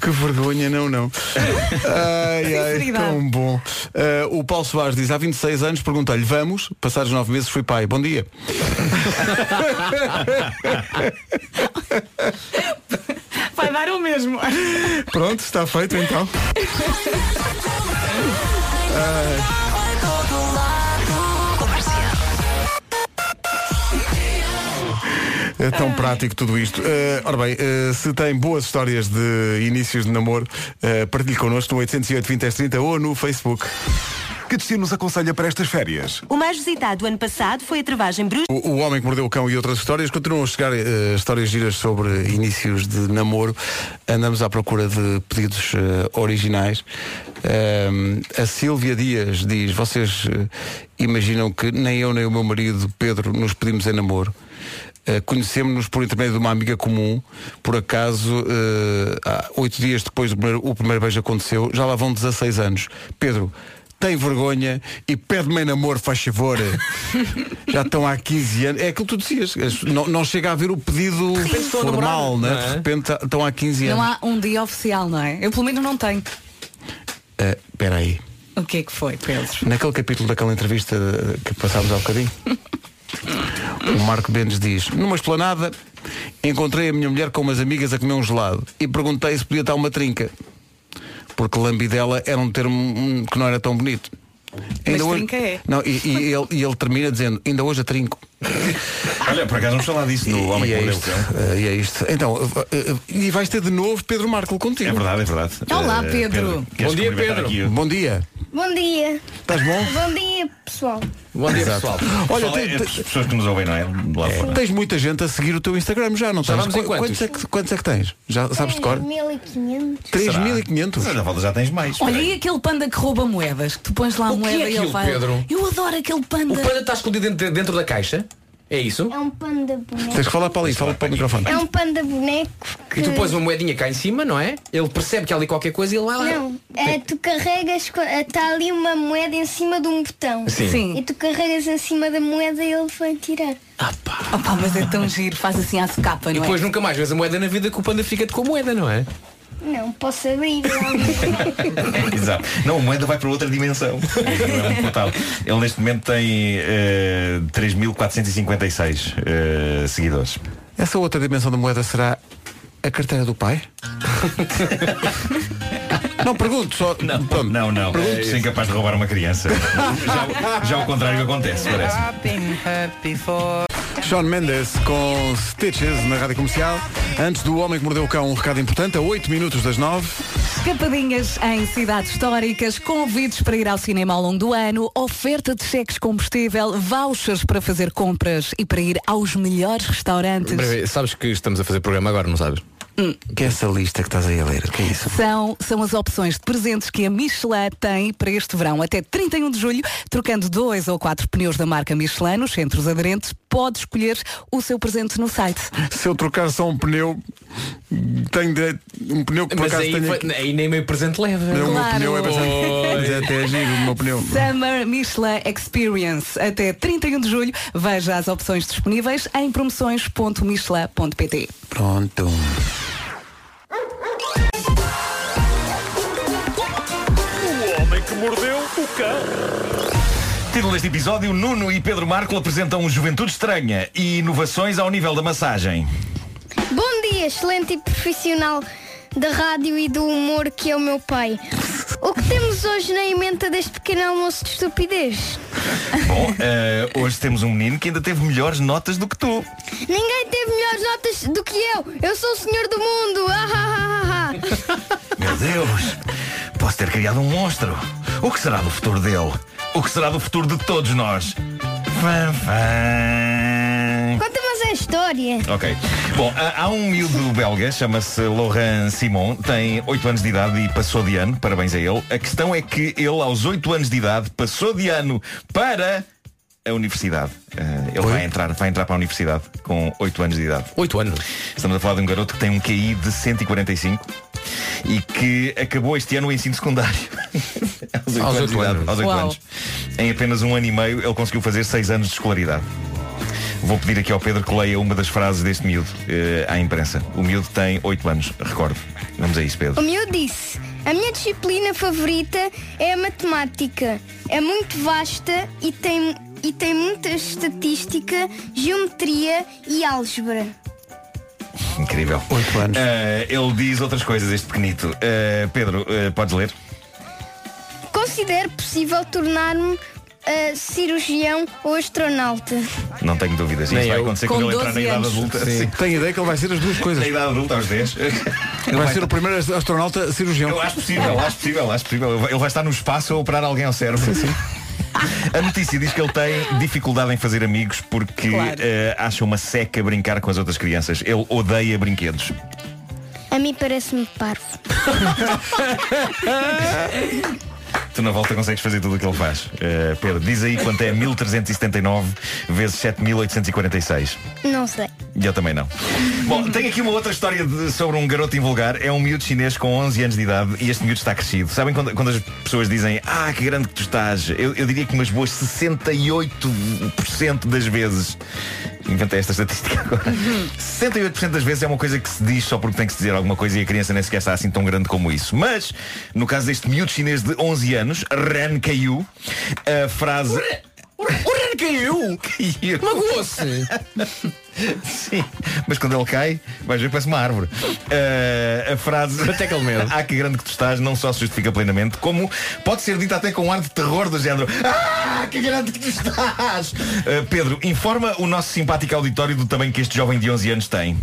que vergonha, não, não. Ai, ai,
Sinceridade.
tão bom. Ah, o Paulo Soares diz, há 26 anos perguntei-lhe, vamos, passados 9 meses fui pai, bom dia.
Vai dar o mesmo.
Pronto, está feito então. É tão prático tudo isto. Eh, ora bem, eh, se tem boas histórias de inícios de namoro, eh, partilhe connosco no 808 20 30 ou no Facebook.
Que destino nos aconselha para estas férias?
O mais visitado ano passado foi a Travagem Bruxa.
O, o Homem que Mordeu o Cão e outras histórias continuam a chegar eh, histórias giras sobre inícios de namoro. Andamos à procura de pedidos eh, originais. Ahm, a Silvia Dias diz: Vocês eh, imaginam que nem eu nem o meu marido Pedro nos pedimos em namoro? Eh, Conhecemos-nos por intermédio de uma amiga comum. Por acaso, eh, há oito dias depois do primeiro, o primeiro beijo aconteceu, já lá vão 16 anos. Pedro, tem vergonha e pede-me em namoro, faz favor. Já estão há 15 anos. É aquilo que tu dizias. as- Não, não chega a haver o pedido
estão a
formal,
namorar,
né?
não é?
De repente tá- estão há 15
Não
anos.
há um dia oficial, não é? Eu pelo menos não tenho.
Ah, Espera aí.
O que é que foi, Pedro?
Naquele capítulo daquela entrevista eh, que passámos há bocadinho, o Marco Bendes diz, numa esplanada, encontrei a minha mulher com umas amigas a comer um gelado e perguntei se podia estar uma trinca. Porque lambidela era um termo hum, que não era tão bonito.
Mas trinca é.
Não, e, e ele, e ele termina dizendo, ainda hoje a trinco.
Olha, por acaso vamos falar disso no Homem que
e, é
Mordeu o
isto,
Cão.
eh, e é isto. Então, eh, eh, e vais ter de novo Pedro Marco contigo.
É verdade, é verdade.
Olá,
Eh,
Pedro.
queres
Bom dia,
cumprimentar
Pedro.
aqui o-
Bom dia.
Bom dia.
Estás bom?
Bom dia, pessoal.
Bom dia,
Exato.
pessoal.
Olha,
Pessoal, é
tem-
as
tem-
pessoas que nos ouvem, não é? Lá fora.
tens muita gente a seguir o teu Instagram já, não
Já
tens?
vamos em
Qu-
quantos?
quantos, é que, quantos é que tens? Já sabes de cor?
É 1500.
Será?
3.500.
Mas na volta já tens mais.
Olha, e aquele panda que rouba moedas? Que tu pões lá a
O que é
moeda e ele
aquilo,
vai.
Pedro?
Eu adoro aquele
O
panda.
panda está escondido dentro, dentro da caixa? É isso?
É um panda boneco.
Tens que falar para ali, fala para o microfone.
É um panda boneco que...
E tu pões uma moedinha cá em cima, não é? Ele percebe que há ali qualquer coisa e ele vai lá.
Não, é, tu carregas, está ali uma moeda em cima de um botão.
Sim. Sim.
E tu carregas em cima da moeda e ele vai tirar.
Opa, mas é tão giro, faz assim à secapa,
E
não é?
depois nunca mais vês a moeda na vida que o panda fica-te com a moeda, não é?
Não, posso abrir.
Exato. Não, a moeda vai para outra dimensão. É um portal. Ele neste momento tem eh, 3.456 eh, seguidores.
Essa outra dimensão da moeda será a carteira do pai? não pergunto, só. Não,
não. não.
Pergunto.
Sem capaz de roubar uma criança. já, já o contrário acontece, parece.
Sean Mendes com Stitches na rádio comercial. Antes do Homem que Mordeu o Cão, um recado importante, a 8 minutos das 9.
Escapadinhas em cidades históricas, convites para ir ao cinema ao longo do ano, oferta de cheques combustível, vouchers para fazer compras e para ir aos melhores restaurantes.
Breve, Sabes que estamos a fazer programa agora, não sabes?
Que é essa lista que estás aí a ler? Que é isso?
São, são as opções de presentes que a Michelin tem para este verão. Até 31 de julho, trocando dois ou quatro pneus da marca Michelin nos centros aderentes, pode escolher o seu presente no site.
Se eu trocar só um pneu, tenho direito. Um pneu que por
Mas
acaso
aí,
tenho.
fa-
aqui.
aí nem meio presente leva.
O meu pneu é bastante.
Pois.
Mas é até giro, o meu pneu.
Summer Michelin Experience. Até 31 de julho, veja as opções disponíveis em promoções.michelin.pt.
Pronto.
O homem que mordeu o cão. Título deste episódio, Nuno e Pedro Marco apresentam Juventude Estranha e inovações ao nível da massagem.
Bom dia, excelente e profissional da rádio e do humor que é o meu pai. O que temos hoje na emenda deste pequeno almoço de estupidez?
Bom, eh, hoje temos um menino que ainda teve melhores notas do que tu.
Ninguém teve melhores notas do que eu. Eu sou o senhor do mundo. Ah, ah, ah, ah, ah.
Meu Deus, posso ter criado um monstro. O que será do futuro dele? O que será do futuro de todos nós? Fã, fã.
Conta-me a história.
Ok. Bom, há- há um miúdo belga, chama-se Laurent Simon, tem 8 anos de idade e passou de ano, parabéns a ele. A questão é que ele, aos 8 anos de idade, passou de ano para a universidade. Ah, ele vai entrar, vai entrar para a universidade com 8 anos de idade.
8 anos.
Estamos a falar de um garoto que tem um QI de 145 e que acabou este ano o ensino secundário. aos 8
Aos
anos.
oito
de idade,
anos.
Aos 8
Uau.
anos. Em apenas um ano e meio, ele conseguiu fazer 6 anos de escolaridade. Vou pedir aqui ao Pedro que leia uma das frases deste miúdo eh, à imprensa. O miúdo tem 8 anos, recordo. Vamos a isso,
O
Pedro.
meu disse, a minha disciplina favorita é a matemática. É muito vasta e tem, e tem muita estatística, geometria e álgebra.
Incrível. 8
anos.
ele diz outras coisas, este pequenito. Eh, Pedro, eh, podes ler?
Considero possível tornar-me ah, cirurgião ou astronauta.
Não tenho dúvidas. Isso
Nem
vai
eu.
acontecer
Com
quando ele
12
entrar na idade
anos.
adulta.
Sim. Tenho ideia que ele vai ser as duas coisas.
Na idade adulta, aos 10.
Ele vai ser o primeiro astronauta cirurgião.
Eu acho possível, acho possível, acho possível. Ele vai- Ele vai estar no espaço a operar alguém ao cérebro. A notícia diz que ele tem dificuldade em fazer amigos porque eh, acha uma seca brincar com as outras crianças. Ele odeia brinquedos.
A mim parece-me parvo.
Tu na volta consegues fazer tudo o que ele faz. Eh, Pedro, diz aí quanto é 1379 vezes 7846.
Não sei.
E Eu também não. Bom, tenho aqui uma outra história de- sobre um garoto invulgar. É um miúdo chinês com 11 anos de idade e este miúdo está crescido. Sabem quando, quando as pessoas dizem Ah, que grande que tu estás? Eu, eu diria que umas boas 68% das vezes. Inventei esta estatística agora. 68% das vezes é uma coisa que se diz só porque tem que se dizer alguma coisa e a criança nem sequer está assim tão grande como isso. Mas, no caso deste miúdo chinês de 11 anos, Ren Caiu, a frase. O Ren caiu! Caiu!
Magoou-se!
Sim, mas quando ele cai, vais ver que parece uma árvore. Ah, a frase até que medo. Ah, que grande que tu estás, não só se justifica plenamente, como pode ser dita até com um ar de terror do género. Ah, que grande que tu estás! Ah, Pedro, informa o nosso simpático auditório do tamanho que este jovem de 11 anos tem.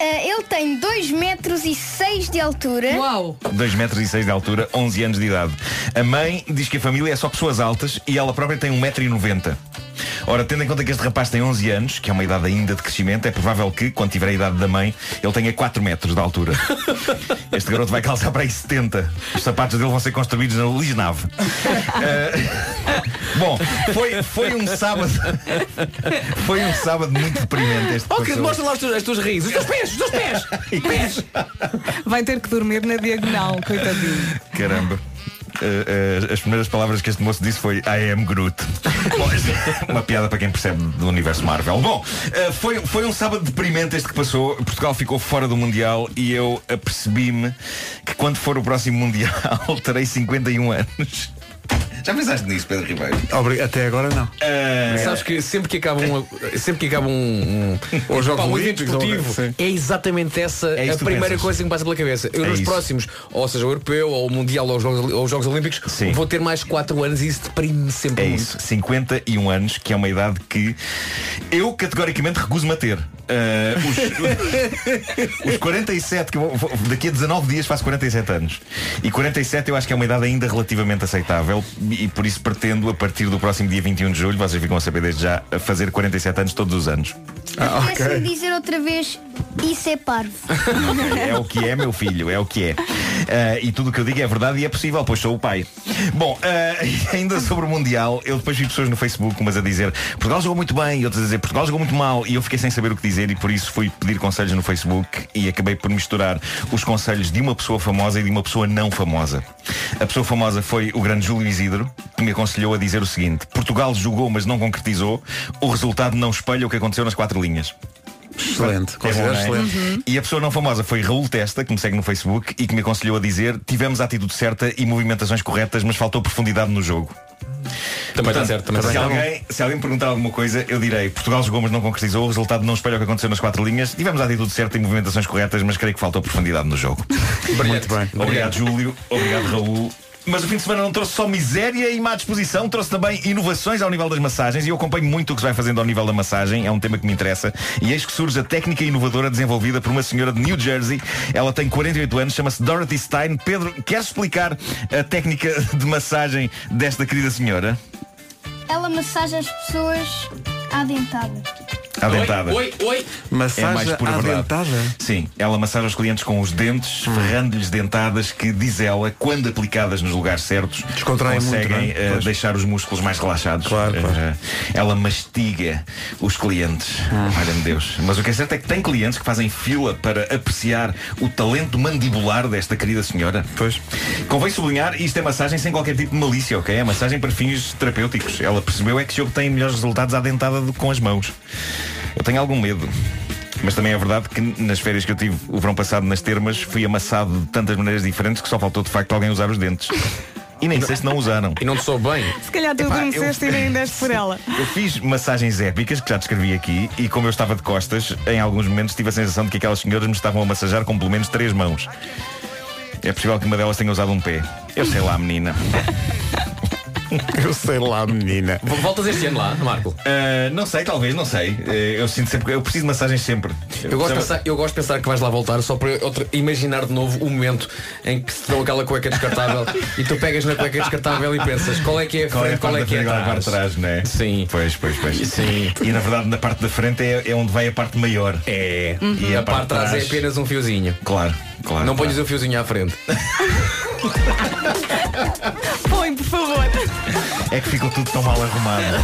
Ah, ele tem 2 metros e 6 de altura.
Uau!
2 metros e 6 de altura, 11 anos de idade. A mãe diz que a família é só pessoas altas e ela própria tem 1,90m. Ora, tendo em conta que este rapaz tem 11 anos, que é uma idade ainda de crescimento, é provável que, quando tiver a idade da mãe, ele tenha 4 metros de altura. Este garoto vai calçar para aí 70. Os sapatos dele vão ser construídos na Lisnave. Ah, bom, foi, foi um sábado. Foi um sábado muito deprimente este que
Ok,
passou.
mostra lá as tuas, as tuas raízes. Os teus pés, os teus pés. pés.
Vai ter que dormir na diagonal, coitadinho.
Caramba. Eh, eh, as primeiras palavras que este moço disse foi I am Groot. Bom, isto é Uma piada para quem percebe do universo Marvel. Bom, eh, foi, foi um sábado deprimente este que passou. Portugal ficou fora do Mundial e eu apercebi-me que quando for o próximo Mundial terei 51 anos. Já pensaste nisso, Pedro Ribeiro?
Até agora não.
Eh,
Sabes que sempre que acaba um, sempre que acaba um, um,
Ou Jogos
pá, um evento
Olímpicos, ou-
esportivo,
sim.
é exatamente essa
isso
a
que tu
primeira
pensas.
coisa que me passa pela cabeça. Eu
É
nos
isso.
próximos, ou seja, o europeu, ou o mundial, ou os Jogos, ou os jogos Olímpicos, vou ter mais 4 anos e isso deprime-me sempre
É
muito.
isso, 51 anos, que é uma idade que eu categoricamente recuso-me a ter. Eh, os, os 47, que eu vou- vou- daqui a 19 dias faço 47 anos. E 47 eu acho que é uma idade ainda relativamente aceitável e por isso pretendo, a partir do próximo dia 21 de julho, vocês ficam a saber desde já, a fazer 47 anos todos os anos.
Esquece de dizer outra vez, isso é parvo.
É o que é, meu filho, é o que é. Ah, e tudo o que eu digo é verdade e é possível, pois sou o pai. Bom, ah, ainda sobre o Mundial, eu depois vi pessoas no Facebook, umas a dizer Portugal jogou muito bem, e outras a dizer Portugal jogou muito mal, e eu fiquei sem saber o que dizer e por isso fui pedir conselhos no Facebook e acabei por misturar os conselhos de uma pessoa famosa e de uma pessoa não famosa. A pessoa famosa foi o grande Júlio Isidro, que me aconselhou a dizer o seguinte: Portugal jogou, mas não concretizou, o resultado não espelha o que aconteceu nas quatro linhas.
Excelente,
É bom,
considero
não é?
excelente.
E a pessoa não famosa foi Raul Testa, que me segue no Facebook e que me aconselhou a dizer tivemos a atitude certa e movimentações corretas, mas faltou profundidade no jogo.
Também está
Portanto,
certo, também
se,
está certo.
alguém, se alguém me perguntar alguma coisa, eu direi Portugal jogou mas não concretizou, o resultado não espelha o que aconteceu nas quatro linhas, tivemos a atitude certa e movimentações corretas, mas creio que faltou profundidade no jogo.
Muito bem.
Obrigado Júlio, obrigado Raul. Mas o fim de semana não trouxe só miséria e má disposição, trouxe também inovações ao nível das massagens e eu acompanho muito o que se vai fazendo ao nível da massagem, é um tema que me interessa. E eis que surge a técnica inovadora desenvolvida por uma senhora de New Jersey. Ela tem 48 anos, chama-se Dorothy Stein. Pedro, queres explicar a técnica de massagem desta querida senhora?
Ela massage as pessoas à dentada.
À dentada.
oi, oi.
Massagem
à
Sim, ela massage os clientes com os dentes,
Hum.
ferrando-lhes dentadas que, diz ela, quando aplicadas nos lugares certos,
Descontraem muito,
conseguem
não é?
eh,
Pois.
deixar os músculos mais relaxados. Eh, ela mastiga os clientes. Olha-me Deus. Mas o que é certo é que tem clientes que fazem fila para apreciar o talento mandibular desta querida senhora. Pois. Convém sublinhar, isto é massagem sem qualquer tipo de malícia, ok? É massagem para fins terapêuticos. Ela percebeu é que se obtém melhores resultados à dentada do que com as mãos. Eu tenho algum medo. Mas também é verdade que nas férias que eu tive o verão passado nas termas, fui amassado de tantas maneiras diferentes que só faltou de facto alguém usar os dentes. E nem sei se não usaram.
E não te sou bem.
Se calhar tu
Epá, eu-
adormeceste e nem deste por ela.
Eu fiz massagens épicas, que já descrevi aqui, e como eu estava de costas, em alguns momentos tive a sensação de que aquelas senhoras me estavam a massajar com pelo menos três mãos. É possível que uma delas tenha usado um pé. Eu sei lá, menina.
Eu sei lá, menina.
Voltas este ano lá, Marco?
Ah, não sei, talvez, não sei. Eh, eu sinto sempre que eu preciso de massagens sempre.
Eu gosto, de pensar,
Sabe-
eu gosto de pensar que vais lá voltar só para outra- imaginar de novo o momento em que se dão aquela cueca descartável e tu pegas na cueca descartável e pensas qual é que é a
Qual é a
frente, qual é
parte
que
da
é
frente, qual é a
atrás.
parte de trás, não é? Sim. Pois, pois, pois. Sim. E na verdade na parte da frente é, é onde vai a parte maior. É. E
A parte de trás é apenas um fiozinho.
Claro, claro.
Não
claro.
ponhas o fiozinho à frente.
Põe, por favor.
É que ficou tudo tão mal arrumado.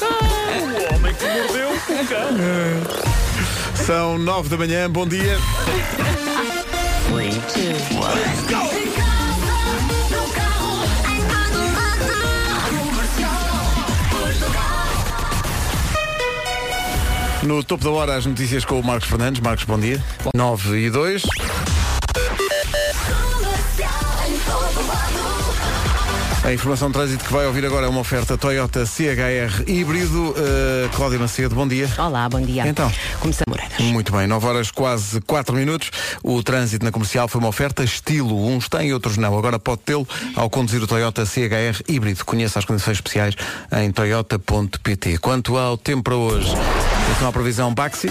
valha-me Deus.
O homem que mordeu o cão.
São 9 da manhã, bom dia. No topo da hora, as notícias com o Marcos Fernandes. Marcos, bom dia. 9 e 2. A informação de trânsito que vai ouvir agora é uma oferta Toyota CHR híbrido. Eh, Cláudia Macedo, bom dia.
Olá, bom dia.
Então.
Começamos.
Muito bem, 9 horas quase 4 minutos. O trânsito na comercial foi uma oferta estilo. Uns têm, outros não. Agora pode tê-lo ao conduzir o Toyota CHR híbrido. Conheça as condições especiais em toyota.pt. Quanto ao tempo para hoje, atenção à previsão Baxi.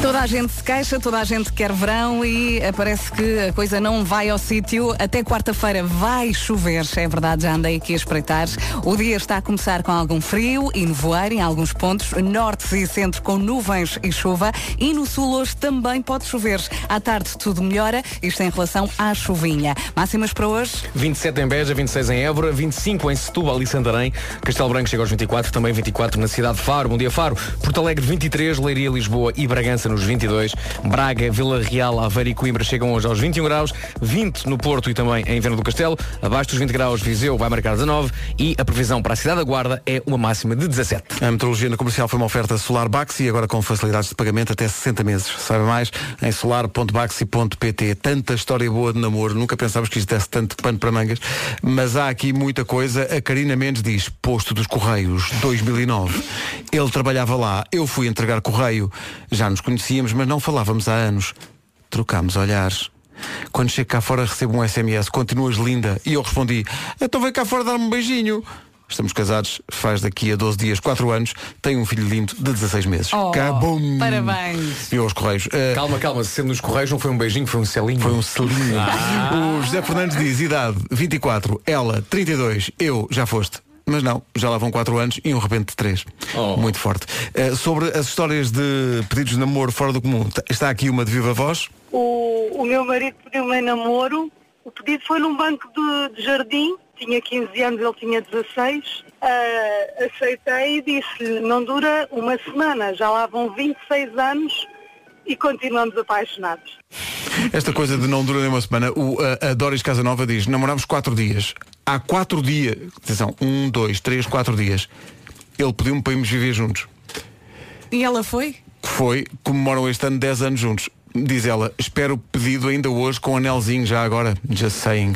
Toda a gente se queixa, toda a gente quer verão e eh, parece que a coisa não vai ao sítio. Até quarta-feira vai chover, é verdade, já andei aqui a espreitar. O dia está a começar com algum frio e nevoeiro em alguns pontos, norte e centro com nuvens e chuva e no sul hoje também pode chover. À tarde tudo melhora, isto em relação à chuvinha. Máximas para hoje?
27 em Beja, 26 em Évora, 25 em Setúbal e Santarém, Castelo Branco chega aos 24, também 24 na cidade de Faro, Bom dia Faro, Porto Alegre 23, Leiria, Lisboa e Bragança nos 22, Braga, Vila Real, Aveiro e Coimbra chegam hoje aos 21 graus, 20 no Porto e também em Viana do Castelo, abaixo dos 20 graus Viseu vai marcar 19 e a previsão para a cidade da Guarda é uma máxima de 17.
A metrologia na comercial foi uma oferta Solar Baxi, agora com facilidades de pagamento até 60 meses. Saiba mais em solar.baxi.pt. Tanta história boa de namoro, nunca pensámos que isto desse tanto pano para mangas, mas há aqui muita coisa. A Karina Mendes diz: Posto dos Correios, 2009. Ele trabalhava lá, eu fui entregar correio. Já nos conhecíamos, mas não falávamos há anos. Trocámos olhares. Quando chego cá fora recebo um SMS, continuas linda. E eu respondi, então vem cá fora dar-me um beijinho. Estamos casados faz daqui a 12 dias, 4 anos, tenho um filho lindo de 16 meses.
Oh,
Cabum!
Parabéns.
E aos Correios. Eh,
Calma, calma, sendo nos Correios não foi um beijinho, foi um selinho.
Foi um selinho. O José Fernandes diz, idade 24, ela 32, eu já foste. Mas não, já lá vão 4 anos e um repente de 3. Muito forte. Uh, sobre as histórias de pedidos de namoro fora do comum, t- está aqui uma de viva voz.
O, o meu marido pediu-me em namoro. O pedido foi num banco de, de jardim. Tinha 15 anos, ele tinha 16. Ah, aceitei e disse-lhe, não dura uma semana, já lá vão 26 anos e continuamos apaixonados.
Esta coisa de não dura nem uma semana. O, a, a Doris Casanova diz, namorámos quatro dias. Há quatro dias. Atenção, um, dois, três, quatro dias. Ele pediu-me para irmos viver juntos.
E ela foi?
Foi, comemoram este ano 10 anos juntos. Diz ela, espero o pedido ainda hoje com um anelzinho já agora, just saying.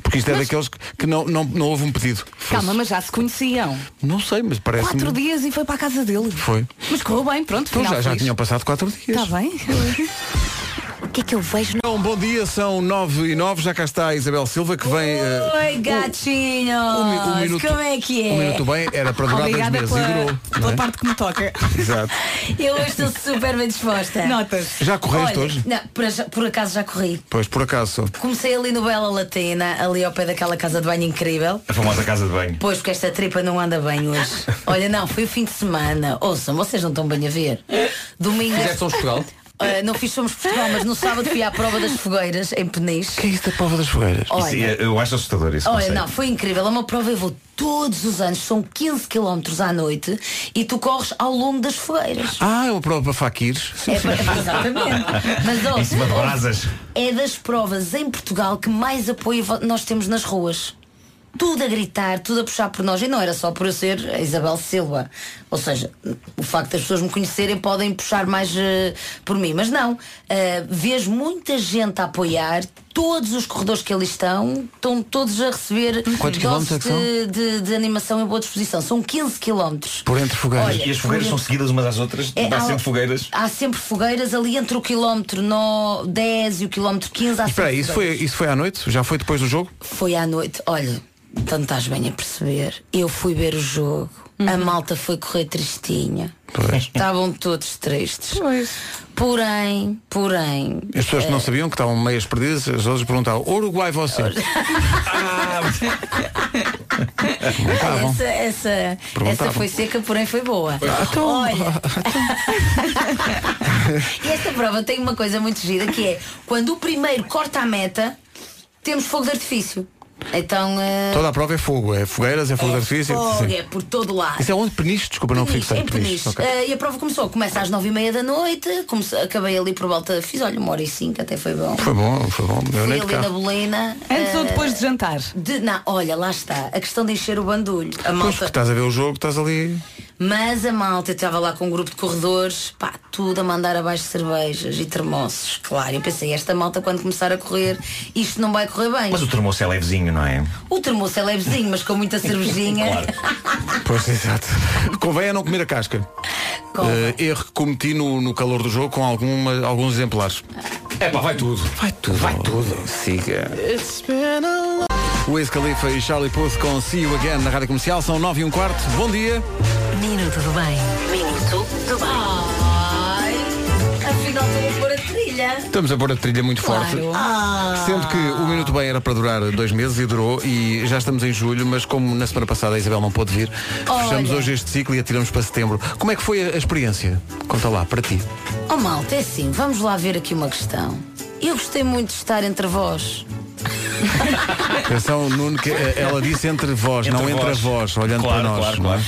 Porque isto é daqueles que que não, não, não houve um pedido.
Calma, mas já se conheciam.
Não sei, mas parece.
Assim,
Quatro dias e foi para a casa dele.
Foi.
Mas correu bem, pronto,
Então
final
já, já
feliz.
tinham passado quatro dias.
Está Tá bem?
O que é que eu vejo? Bom, bom dia, são 9 e 9, já cá está a Isabel Silva que vem. eh,
Oi, gatinhos!
um minuto-
Como é que é?
um minuto bem, era para durar dois
Obrigada
meses
pela,
e durou, não
Pela
é?
parte que me toca.
Exato.
Eu hoje estou super bem disposta. Notas.
Já correste
Olha,
hoje?
Não, por, aja- por acaso já corri.
Pois, por acaso só.
Comecei ali no Bela Latina, ali ao pé daquela casa de banho incrível.
A famosa casa de banho.
Pois, porque esta tripa não anda bem hoje. Olha, não, foi o fim de semana. Ouçam, vocês não estão bem a ver. É. Domingo.
Fizeste um Portugal?
Ah, não fiz Somos Portugal, mas no sábado fui à prova das fogueiras, em Peniche.
Que é isso da prova das fogueiras?
Olha.
Isso, é- eu acho assustador isso.
Olha,
conceito.
não, foi incrível. É uma prova, eu vou todos os anos, são 15 km à noite e tu corres ao longo das fogueiras.
Ah, é uma prova para faquires.
É para- exatamente. Mas, ó,
Em cima de brasas.
É das provas em Portugal que mais apoio vo- nós temos nas ruas. Tudo a gritar, tudo a puxar por nós. E não era só por eu ser a Isabel Silva. Ou seja, o facto das pessoas me conhecerem podem puxar mais eh, por mim. Mas não. Eh, vejo muita gente a apoiar. Todos os corredores que ali estão, estão todos a receber
Quantos quilómetros é
doses
que são?
de, de- de animação em boa disposição. São 15 quilómetros.
Por entre fogueiras.
Olha,
e as fogueiras
olha-
são seguidas umas às outras.
É,
Dá
há-
sempre fogueiras.
Há sempre fogueiras ali entre o quilómetro no 10 e o quilómetro 15. Há
Espera aí,
sempre
isso foi,
fogueiras.
isso foi à noite? Já foi depois do jogo?
Foi à noite. Olha, então estás bem a perceber. Eu fui ver o jogo. A malta foi correr tristinha. Estavam todos tristes. Porém, porém.
As pessoas
É.
que não sabiam que estavam meias perdidas, as outras perguntavam, Uruguai você? Perguntavam.
Essa, essa,
Perguntavam.
essa foi seca, porém foi boa. Olha. e esta prova tem uma coisa muito gira que é quando o primeiro corta a meta, temos fogo de artifício. Então. eh,
Toda a prova é fogo, é fogueiras, é fogo de artifício.
Fogo,
sim.
é por todo lado.
Isso é onde? Peniche? Desculpa, não
Peniche,
fixei.
em Peniche.
ok.
Ah, e a prova começou, começa às nove e meia da noite, comece- acabei ali por volta, fiz olha uma hora e cinco, até foi bom.
Foi bom, foi bom.
Fui
Eu nem
ali
de
na
carro.
Bolena.
Antes ou
ah,
depois de jantar?
de- não, olha, lá está. A questão de encher o bandulho. A
Pois, porque
malta.
estás a ver o jogo, estás ali.
Mas a malta eu estava lá com um grupo de corredores, pá, tudo a mandar abaixo de cervejas e termossos, claro. Eu pensei, esta malta quando começar a correr, isto não vai correr bem.
Mas o termoço é levezinho, não é?
O termoço é levezinho, mas com muita cervejinha.
Pois, exato. Convém é não comer a casca. Eh, erro que cometi no, no calor do jogo com alguma, alguns exemplares.
É pá, vai tudo.
Vai tudo. Vai tudo. Siga. Wiz Khalifa e Charlie Puth com See You Again na Rádio Comercial. São 9 e um quarto. Bom dia.
Minuto do bem. Minuto do bem. Ai. final estou a pôr a trilha.
Estamos a pôr a trilha muito forte.
Ah.
Sendo que o Minuto Bem era para durar dois meses e durou e já estamos em julho, mas como na semana passada a Isabel não pôde vir,
Olha.
fechamos hoje este ciclo e atiramos para setembro. Como é que foi a a experiência? Conta lá, para ti.
Oh malta, é assim, vamos lá ver aqui uma questão. Eu gostei muito de estar entre vós.
Atenção, Nuno, que eh, ela disse entre vós,
Entre
não entre a
vós.
vós, olhando
Claro,
para nós.
claro,
não é?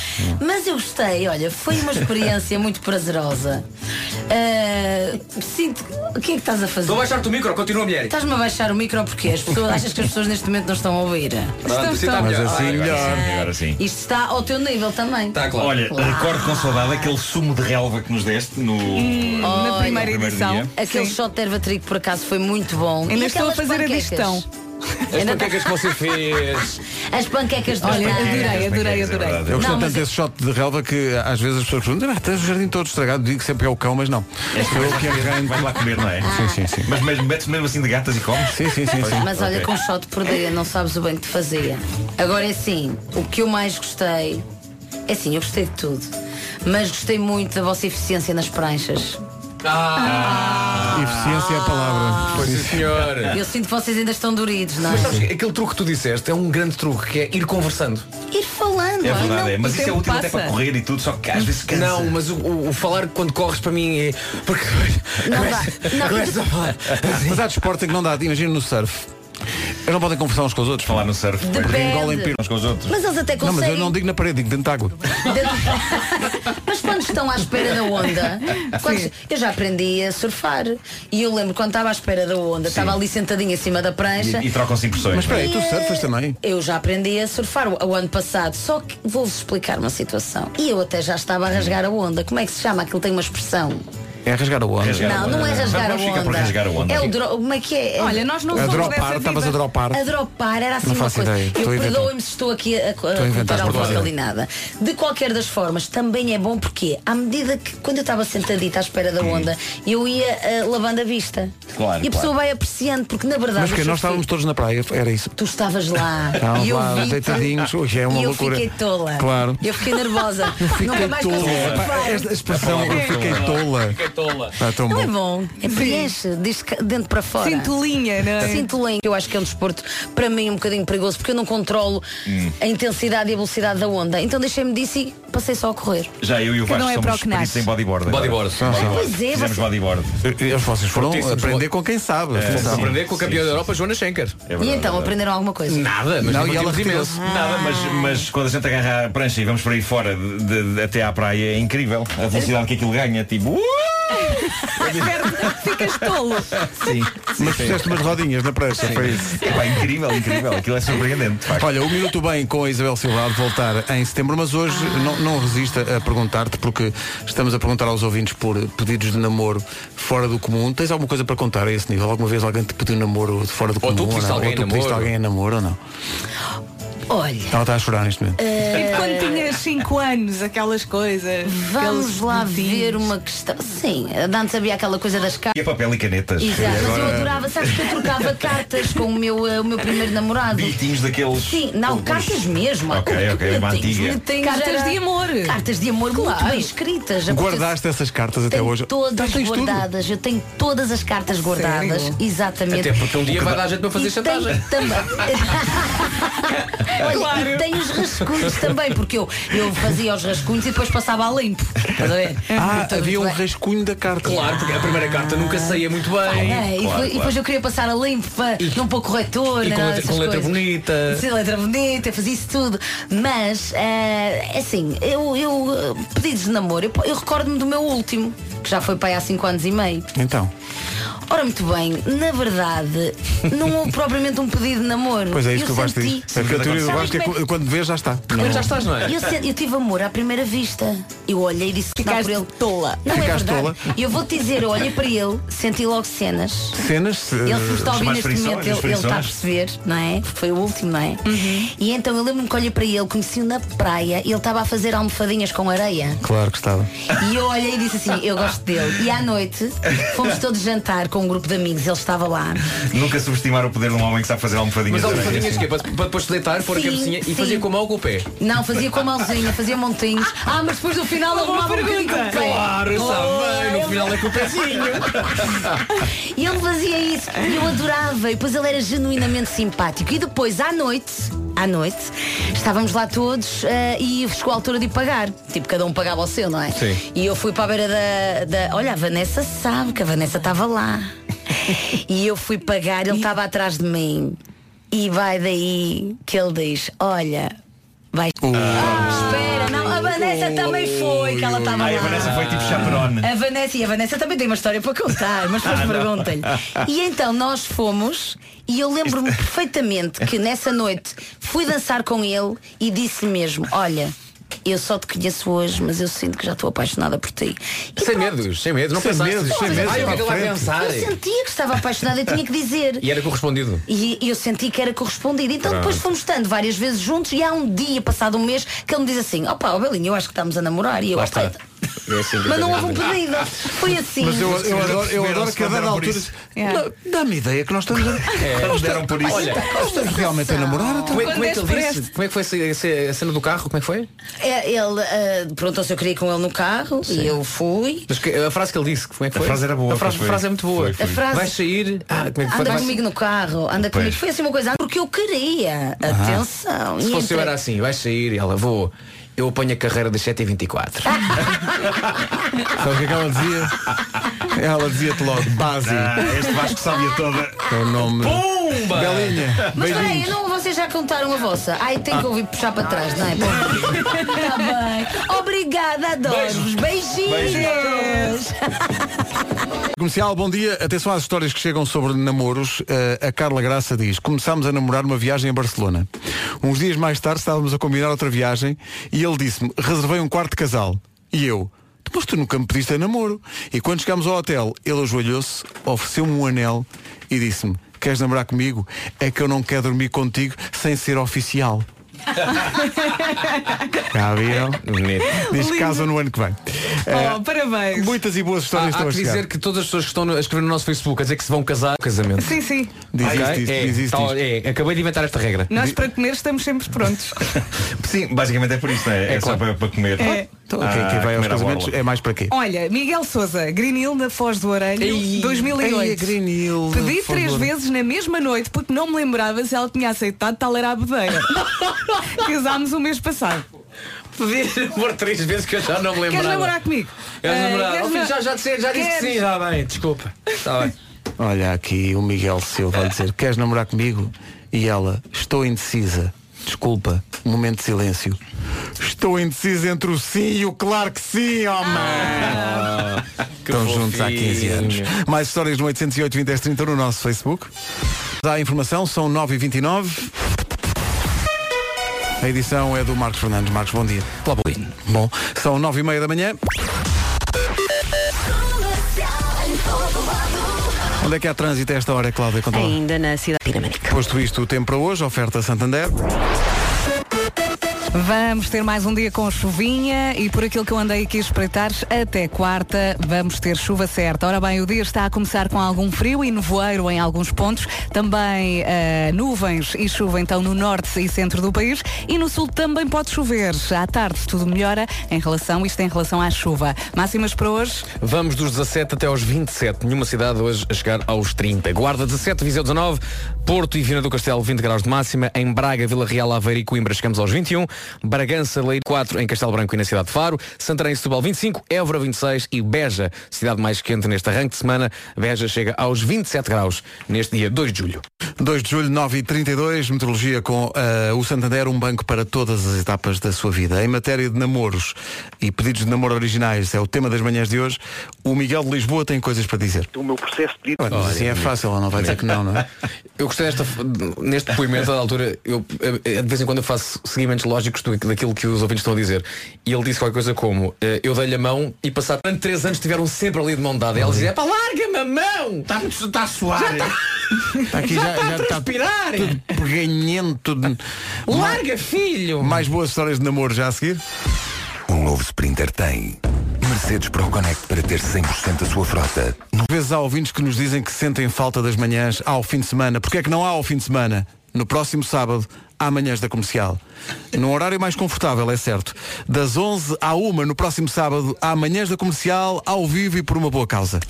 Mas eu gostei, olha, foi uma experiência muito prazerosa. Ah, sinto. O que é que estás a fazer?
Estou a baixar-te o micro, continua, mulher.
Estás-me a baixar o micro porque as pessoas, achas que as pessoas neste momento não estão a ouvir? Ah,
Pronto, assim está Mas melhor. assim Ah, agora melhor. sim, agora sim. Tá,
Isto está ao teu nível também.
Olha, recordo com saudade aquele sumo de relva que nos deste no,
Olha,
no dia.
Aquele shot de erva trigo por acaso foi muito bom.
Ainda
E
estou a
aquelas
fazer a
panquecas?
digestão.
As panquecas que você fez.
As panquecas de
Olha,
banana.
adorei, adorei, adorei.
Eu gostei
Não,
tanto
mas é-
desse shot de relva que eh, às vezes as pessoas perguntam, ah, tens o jardim todo estragado, digo sempre que é o cão, mas não. Sou eu que arranjo.
Vai lá comer, não é?
Sim,
Ah.
sim, sim.
Mas mesmo, metes mesmo assim de gatas e comes?
Sim, sim, sim. sim.
Mas olha, com shot por dia, não sabes o bem que te fazia. Agora é assim, o que eu mais gostei. É assim, eu gostei de tudo. Mas gostei muito da vossa eficiência nas pranchas.
Eficiência é a palavra.
Pois sim, senhor.
Ah.
Eu sinto que vocês ainda estão doridos, não é?
Mas sabes que aquele truque que tu disseste é um grande truque, que é ir conversando.
Ir falando,
É
ai, não,
verdade, é.
o
Mas isso é
tempo
útil até
passa.
para correr e tudo, só que às vezes cansa.
Não, mas o, o- o falar quando corres para mim é. Porque.
Não dá.
começa-
Não.
começa a falar.
Mas há desporto em que não dá, imagina no surf. Eles não podem conversar uns com os outros.
Falar no surf.
Depende.
Porque engolem piro
uns com os outros.
Mas eles até
Não, mas eu
conseguem.
não digo na parede, digo dentro de água.
Dentro- Mas quando estão à espera da onda, quando- eu já aprendi a surfar. E eu lembro quando estava à espera da onda, estava ali sentadinha em cima da prancha.
E, e trocam-se impressões. é?
Mas espera aí, tu
E,
surfas
eh,
também?
Eu já aprendi a surfar o, o ano passado, só que vou-vos explicar uma situação. E eu até já estava a rasgar a onda. Como é que se chama? Aquilo tem uma expressão.
É rasgar a onda.
Rasgar a
não, não é rasgar a
Vamos
onda.
ficar por rasgar a onda.
É o dro... Como é que é?
Olha, nós não
A
somos
dropar,
dessa
estavas a
vida.
dropar.
A dropar era assim
Não
uma
faço
coisa.
ideia. Estou a
Eu
inventar.
perdoe-me se estou aqui a, a,
a inventar,
contar alguma
estou a
galinada. De qualquer das formas, também é bom porque à medida que quando eu estava sentadita à espera da onda, eu ia ah, lavando a vista.
Hum. Claro,
e a
claro.
pessoa vai apreciando, porque na verdade.
Mas porque
eu
nós
sou
estávamos todos na praia, era isso.
fi- Tu estavas lá
Estávamos
e eu
Tá, lá,
vi
deitadinhos, hoje é uma
e eu
loucura.
fiquei tola.
Claro.
Eu fiquei nervosa.
Eu fiquei
Nunca mais
tola.
consegui
Epá,
surfar.
Esta expressão, eu fiquei tola.
Fiquei tola.
Está tão
Não é
bom.
bom. É preenche, desde ca- dentro para fora.
Cintulinha, não é?
Cintulinha. Eu acho que é um desporto, para mim, um bocadinho perigoso, porque eu não controlo
Hum.
a intensidade e a velocidade da onda. Então deixei-me disso e passei só a correr.
Já eu e o
Que não
Vasco
um
é para o
somos
que nasce.
peritos em bodyboard. agora.
Bodyboard.
Pois é,
Fizemos
você-
bodyboard.
E Vocês foram
Fortíssimos.
aprender com quem sabe.
É,
atenção.
sim.
Aprender com a campeã da Europa, Joana Schenker.
É
E
verdade,
então,
é verdade.
aprenderam alguma coisa?
Nada, mas
Não,
não,
e ela
imenso.
Nada, mas,
Ah.
mas quando a gente agarra a prancha e vamos por aí fora de- de- de- até à praia é incrível. A velocidade que aquilo ganha, tipo. uh!
Ficas tolo.
Sim.
Mas fizeste umas rodinhas na prancha, foi isso.
Epá, incrível, incrível. Aquilo é surpreendente. de facto.
Olha, o Minuto Bem com a Isabel Silvado voltar em setembro, mas hoje não, não resista a perguntar-te, porque estamos a perguntar aos ouvintes por pedidos de namoro fora do comum. Tens alguma coisa para contar a esse nível? Alguma vez alguém te pediu namoro de fora do
Ou tu
comum?
pediste
não?
alguém
ou tu
em
pediste
namoro?
alguém em namoro ou não?
Olha, Ah,
Ela está a chorar neste momento.
É.
E quando tinhas 5 anos, aquelas coisas.
vamos
aqueles
lá
botinhos.
ver uma questão. Sim, antes havia aquela coisa das cartas.
E é papel e canetas.
Exato, mas eu
Agora,
adorava, sabes que eu trocava cartas com o meu, eh, o meu primeiro namorado.
Bilhetinhos daqueles.
Sim, não,
os-
cartas mesmo.
Ok, ok, uma
Bilhetinhos,
antiga.
bilhetinhos,
Cartas
era-
de amor.
Cartas de amor muito bem escritas.
Guardaste essas cartas até
tenho
hoje?
todas
Tá, tens tudo.
guardadas. Eu tenho todas as cartas guardadas.
sério?
Exatamente.
Até porque um dia vai dar jeito para
E
fazer
tenho
chantagem.
também. Olha, e tenho os rascunhos também, porque eu, eu fazia os rascunhos e depois passava a limpo. Estás a ver?
Ah,
Então,
havia um
muito bem.
rascunho da carta.
Claro, porque a primeira carta nunca saía muito bem.
É, e, depois- e depois eu queria passar a limpo, para, não para o corretor,
E
nem
com
nada
letra, com
dessas
letra
coisas.
bonita.
Sim, letra bonita, eu fazia isso tudo. Mas, eh, assim, eu, eu eh, pedidos de namoro, eu, eu recordo-me do meu último, que já foi pai há 5 anos e meio.
Então,
Ora, muito bem, na verdade, não houve propriamente um pedido de namoro.
pois é isso
eu
que o Vasco
senti-
diz. A teoria do
Sabem
Vasco é
como é
que quando vês já está.
Mas já estás, não é?
Eu, se- eu tive amor à primeira vista. Eu olhei e disse não
Ficaste
por ele.
tola.
Não é
Ficaste
verdade.
tola?
Eu vou te dizer, eu olhei para ele, senti logo cenas.
Cenas. eh, se-
Ele se me está a ouvir
Chamar
neste
frições,
momento, ele, ele
frições.
está a perceber, não é? Porque foi o último, não é?
Uhum.
E então eu lembro-me que olhei para ele, conheci-o na praia, e ele estava a fazer almofadinhas com areia.
Claro que estava.
E eu olhei e disse assim, eu gosto dele. E à noite fomos todos jantar com com um grupo de amigos, ele estava lá.
Nunca subestimar o poder de um homem que sabe fazer
Mas
almofadinhas. de
almofadinhas
areia.
que é? Para para depois se deitar, pôr a
Sim,
cabecinha e
sim.
fazer com a mão ou com o pé?
Não, fazia com a mãozinha, fazia montinhos. Ah, mas depois no final
Uma
arrumava um
boa
bocadinho com o
pergunta.
pé.
Claro,
sabe bem, no final é com o
pezinho.
E ele fazia isso, e eu adorava, e depois ele era genuinamente simpático. E depois, à noite, à noite, estávamos lá todos eh, e chegou a altura de ir pagar. Tipo, cada um pagava o seu, não é?
Sim.
E eu fui para a beira da, da- Olha, a Vanessa sabe que a Vanessa estava lá. e eu fui pagar, ele estava atrás de mim. E vai daí que ele diz, olha, vai. Espera, não, a Vanessa também foi, que ela estava lá.
Ai, a Vanessa foi tipo chaperone.
A Vanessa e a Vanessa também tem uma história para contar, mas depois
Ah, não.
pergunta-lhe. E então nós fomos e eu lembro-me perfeitamente que nessa noite fui dançar com ele e disse-lhe mesmo, olha. Eu só te conheço hoje, mas eu sinto que já estou apaixonada por ti.
Sem medos, sem medos, não
Sem
pensaste.
medos, sem medos,
Ai, o que é que ele vai
para a
pensar?
Eu sentia que estava apaixonada e tinha que dizer.
E era correspondido.
E eu senti que era correspondido. Então
Pronto.
depois fomos estando várias vezes juntos e há um dia, passado um mês, que ele me diz assim, opa, Belinho, eu acho que estamos a namorar. E eu,
Lá
opa,
está. É assim que
mas não
eu
houve um
tenho.
pedido. Foi assim.
Mas eu- eu adoro-
Eu adoro que a dada altura.
É.
Dá- Dá-me ideia que nós estamos a.
É,
nós
deram por isso.
Olha,
Olha,
nós estamos realmente a namorar. então.
Como é, como é que
Quando
ele
és
disse? Como é que foi essa- essa- a cena do carro? Como é que foi?
É, ele ah, perguntou se eu queria ir com ele no carro e eu fui.
Mas que- a frase que ele disse, como é que
A
foi?
frase era boa,
A frase,
pois foi.
a frase é muito boa.
Foi, foi.
A frase-
Vais sair. Ah, como é que foi?
Anda
Vais-
comigo no carro, anda
Pois.
comigo. Foi assim uma coisa, porque eu queria. Atenção.
Se
E
fosse eu
entre-
era assim, vais sair e ela vou. Eu apanho a carreira das 7h24.
Sabe o que é que ela dizia? Ela dizia-te logo, base.
Ah, este Vasco sabia toda.
É o nome.
Pumba!
Belinha,
Mas espera aí,
beijinhos.
não, vocês já contaram a vossa. Ai, tem que ouvir puxar para trás, não é? Está bem. Obrigada, adoro-vos. Beijinhos.
Comercial, bom dia. Atenção às histórias que chegam sobre namoros. Eh, a Carla Graça diz: Começámos a namorar uma viagem a Barcelona. Uns dias mais tarde estávamos a combinar outra viagem e ele disse-me: Reservei um quarto de casal. E eu: "Tu, Mas tu nunca me pediste a namoro. E quando chegámos ao hotel, ele ajoelhou-se, ofereceu-me um anel e disse-me: Queres namorar comigo? É que eu não quero dormir contigo sem ser oficial. Já viram? Diz que
Lindo.
casa no ano que vem. Eh,
Oh, parabéns.
muitas e boas
Há,
histórias
há
estão a
que
chegar.
dizer que todas as pessoas que estão no- a escrever no nosso Facebook a dizer que se vão casar, é um casamento.
Sim, sim.
Diz
Ok?
isto, isto,
é,
diz isto,
tal-
isto.
é, acabei de inventar esta regra.
Nós para comer estamos sempre prontos.
Sim, basicamente é por isso, não é? É, só para, para comer.
É.
Então, quem, quem
Ah,
vai aos
comer à
casamentos
borla.
é mais para quê?
Olha, Miguel Souza, Grinil na Foz do Orelho,
Ei,
2008.
ei, Grinil,
Pedi
Foz do
três
Orelho.
vezes na mesma noite porque não me lembrava se ela tinha aceitado tal era a bebeira. Casámos o mês passado.
Pedir por três vezes que eu já não me lembrava.
Queres namorar comigo?
Queres
Eh,
namorar?
queres
Oh, filho,
na-
já, já, disse- já disse que
Queres?
sim, já bem, desculpa. Está bem.
Olha aqui o Miguel Silva a dizer, queres namorar comigo? E ela, estou indecisa. Desculpa, momento de silêncio. Estou indecisa entre o sim e o claro que sim, homem! Estão juntos há 15 anos. Mais histórias no 808 20 10 30 no nosso Facebook. Dá a informação, são 9h29. A edição é do Marcos Fernandes. Marcos, bom dia. Olá, Bom, são 9h30 da manhã. Onde é que há trânsito a esta hora, Cláudia? Conta lá.
Ainda na cidade dinâmica.
Posto isto, o tempo para hoje, oferta Santander.
Vamos ter mais um dia com chuvinha e por aquilo que eu andei aqui a espreitar, até quarta vamos ter chuva certa. Ora bem, o dia está a começar com algum frio e nevoeiro em alguns pontos, também eh, nuvens e chuva então no norte e centro do país e no sul também pode chover. À tarde tudo melhora em relação, isto em relação à chuva. Máximas para hoje?
Vamos dos 17 até aos 27. Nenhuma cidade hoje a chegar aos 30. Guarda 17, Viseu 19, Porto e Viana do Castelo 20 graus de máxima. Em Braga, Vila Real, Aveiro e Coimbra chegamos aos 21. Bragança, Leiro 4 em Castelo Branco e na cidade de Faro. Santarém e Setúbal 25, Évora 26 e Beja, cidade mais quente neste arranque de semana. Beja chega aos 27 graus neste dia 2 de julho.
2 de julho, 9h32, meteorologia com ah, o Santander, um banco para todas as etapas da sua vida. Em matéria de namoros e pedidos de namoro originais, é o tema das manhãs de hoje, o Miguel de Lisboa tem coisas para dizer.
O meu processo de
Olha, mas assim é fácil, ela não vai dizer que não, não é?
Eu gostei desta, neste depoimento, à altura, eu eh, de vez em quando eu faço seguimentos lógicos do- daquilo que os ouvintes estão a dizer. E ele disse qualquer coisa como, eh, eu dei-lhe a mão e passado durante três anos tiveram sempre ali de mão dada. E ela dizia, "É pá, larga-me a mão! Está tá a suar.
Está
Já tá está a transpirar.
tudo peganhento. Tudo...
Larga, filho!
Mais boas histórias de namoro já a seguir?
Um novo Sprinter tem
Mercedes ProConnect para ter 100% da sua frota.
Às vezes há ouvintes que nos dizem que sentem falta das manhãs ao fim de semana. Porquê é que não há ao fim de semana? No próximo sábado, há manhãs da comercial. Num horário mais confortável, é certo. Das 11 à 1 no próximo sábado, há manhãs da comercial ao vivo e por uma boa causa.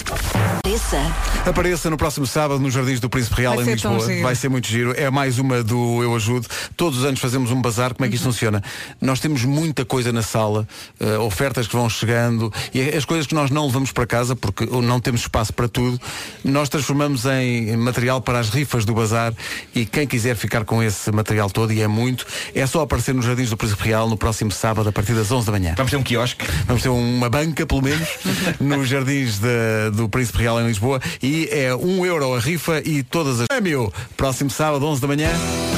Apareça no próximo sábado nos Jardins do Príncipe Real
Vai
em
ser tão
Lisboa.
giro.
Vai ser muito giro. É mais uma do Eu Ajudo. Todos os anos fazemos um bazar. Como é que isto funciona? Nós temos muita coisa na sala, eh, ofertas que vão chegando e as coisas que nós não levamos para casa porque não temos espaço para tudo, nós transformamos em material para as rifas do bazar e quem quiser ficar com esse material todo, e é muito, é só aparecer nos Jardins do Príncipe Real no próximo sábado a partir das 11 da manhã.
Vamos ter um quiosque.
Vamos ter uma banca, pelo menos, nos jardins da- do Príncipe Real em Lisboa. E é 1 euro a rifa e todas as. Prémio! Próximo sábado, 11 da manhã.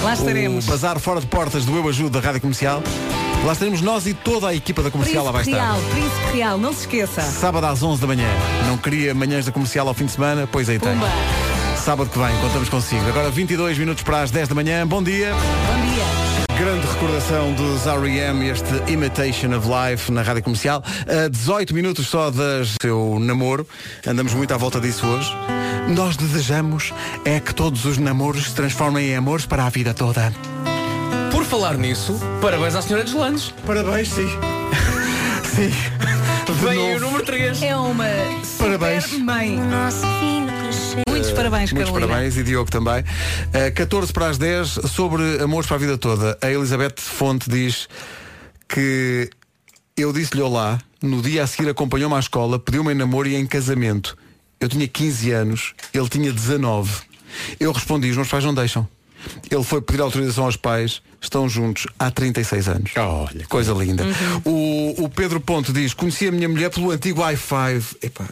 Lá estaremos.
O Bazar Fora de Portas do Eu Ajudo da Rádio Comercial. Lá estaremos nós e toda a equipa da comercial lá vai
Príncipe
estar.
Real, Príncipe Real, não se esqueça.
Sábado às 11 da manhã. Não queria manhãs da comercial ao fim de semana? Pois aí tem.
Pumba.
Sábado que vem, contamos consigo. Agora 22 minutos para as 10 da manhã. Bom dia.
Bom dia.
Grande recordação dos R.E.M. este Imitation of Life na Rádio Comercial. A 18 minutos só das seu namoro. Andamos muito à volta disso hoje. Nós desejamos é que todos os namoros se transformem em amores para a vida toda.
Por falar nisso, parabéns à senhora dos Landes.
Parabéns, sim. sim.
Vem aí o número 3.
É uma super
Parabéns.
mãe. Muitos parabéns,
Muitos
Carolina.
parabéns e Diogo também. Eh, 14 para as 10, sobre Amores para a Vida Toda. A Elizabeth Fonte diz que eu disse-lhe olá, no dia a seguir acompanhou-me à escola, pediu-me em namoro e em casamento. Eu tinha 15 anos, ele tinha 19. Eu respondi, os meus pais não deixam. Ele foi pedir autorização aos pais, estão juntos há 36 anos. Olha, coisa linda.
Uhum.
O, o Pedro Ponte diz, conheci a minha mulher pelo antigo i5. Epá,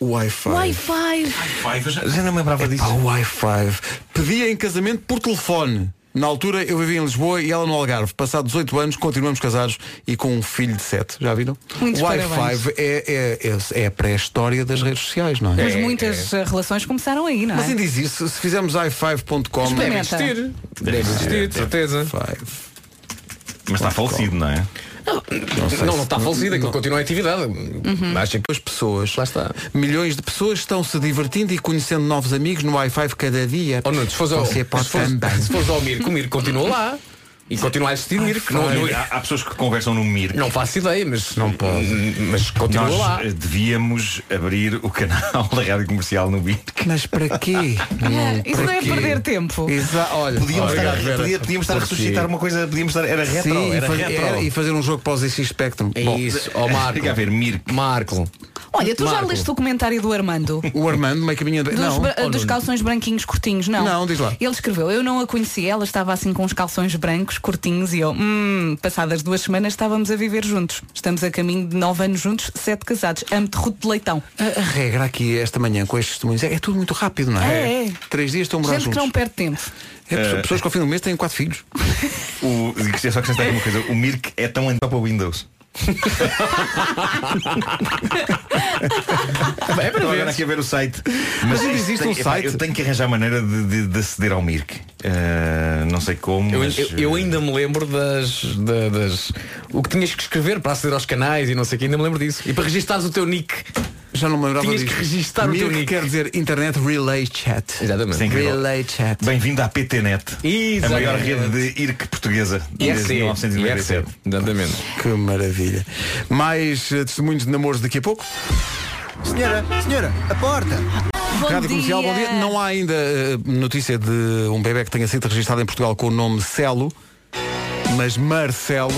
o i5.
Wi-Fi.
Eu já, não me lembrava disso. O Wi-Fi. Pedia em casamento por telefone. Na altura eu vivia em Lisboa e ela no Algarve. Passados 18 anos continuamos casados e com um filho de 7. Já viram?
Muitos
o
parabéns.
Wi-Fi é, é, é, é a pré-história das redes sociais, não é?
Mas muitas eh, relações começaram aí, não é?
Mas ainda existe, se fizermos i5.com
Deve existir.
Deve existir, de certeza.
Mas está falecido, não é?
Não,
sei
não,
se-
está falecido, aquilo continua em atividade. Acho que
as pessoas, lá está. milhões de pessoas estão se divertindo e conhecendo novos amigos no Wi-Fi cada dia.
Oh, não, se fosse ao,
Você
se
pode
fosse,
também.
se fosse ao Mirko, o Mirko continua lá. E continua a existir o Mirko. Não, não,
há, há pessoas que conversam no Mir.
não faço ideia, mas. Não pode. Mas continua
Nós
lá.
eh, devíamos abrir o canal da rádio comercial no Mir.
Mas para quê?
É, isso não é
para quê?
perder tempo.
Exa olha,
Podíamos
olha,
estar, a,
Vera,
podia- podíamos estar a
porquê?
ressuscitar uma coisa, podíamos estar. Era retro,
Sim,
era
e, faz-
retro.
era- e fazer um jogo para os ZX Spectrum.
É isso, ó,
ao
Marco. Fica a ver, Mirko.
Marco.
Olha, tu já
Marco.
leste o comentário do Armando?
O Armando, meio caminho
Dos,
não,
bra-
oh,
dos
Nuno.
calções branquinhos curtinhos, não.
Não, diz lá.
Ele escreveu, eu não a conheci, ela estava assim com os calções brancos, curtinhos, e eu, hum, passadas duas semanas estávamos a viver juntos. Estamos a caminho de nove anos juntos, sete casados. Amo-te, Ruto de Leitão.
A regra aqui esta manhã com estes testemunhos é, é tudo muito rápido, não é?
É, é.
Três dias estão a morar
Gente que
juntos.
não perde tempo.
É, pessoas-
Eh,
Pessoas que ao fim do mês têm quatro filhos.
O, eu só acrescentar aqui uma coisa, o Mirk é tão antigo para o Windows.
é para
Estou
ver.
agora aqui a ver o site.
Mas ainda
isto
existe
é tem-
um
epá,
site?
Eu tenho que arranjar maneira de, de- de aceder ao Mirk. Eh, não sei como.
Eu,
mas,
eu- eu ainda me lembro das, da- das. O que tinhas que escrever para aceder aos canais e não sei o que, ainda me lembro disso. E para registares o teu nick.
Já não me lembrava
Tinhas
disso.
que registar o teu
Mirk
nick.
quer dizer Internet Relay Chat.
Isso é incrível.
Relay Chat.
Bem-vindo à PTNet. A maior
é
rede de IRC portuguesa desde 1997.
Exatamente.
Que maravilha. Mais eh, testemunhos de namoros daqui a pouco? Senhora, senhora, a porta. Rádio Comercial, bom dia. Não há ainda eh, notícia de um bebê que tenha sido registrado em Portugal com o nome Celo, mas Marcelo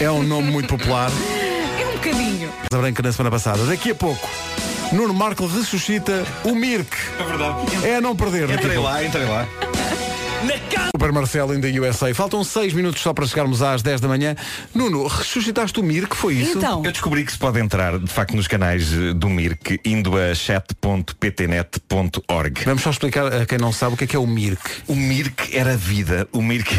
é um nome muito popular.
É um bocadinho.
Casa Branca na semana passada. Daqui a pouco, Nuno Marco ressuscita o Mirk. É verdade. É a não perder. daqui a
Entrei
pouco.
lá, entrei lá.
Super Marcelo ainda USA. Faltam 6 minutos só para chegarmos às 10 da manhã. Nuno, ressuscitaste o Mirk, foi isso?
Então,
Eu descobri que se pode entrar, de facto, nos canais eh, do Mirk, indo a chat.ptnet.org.
Vamos só explicar a quem não sabe o que é que é o Mirk.
O Mirk era vida. O Mirk.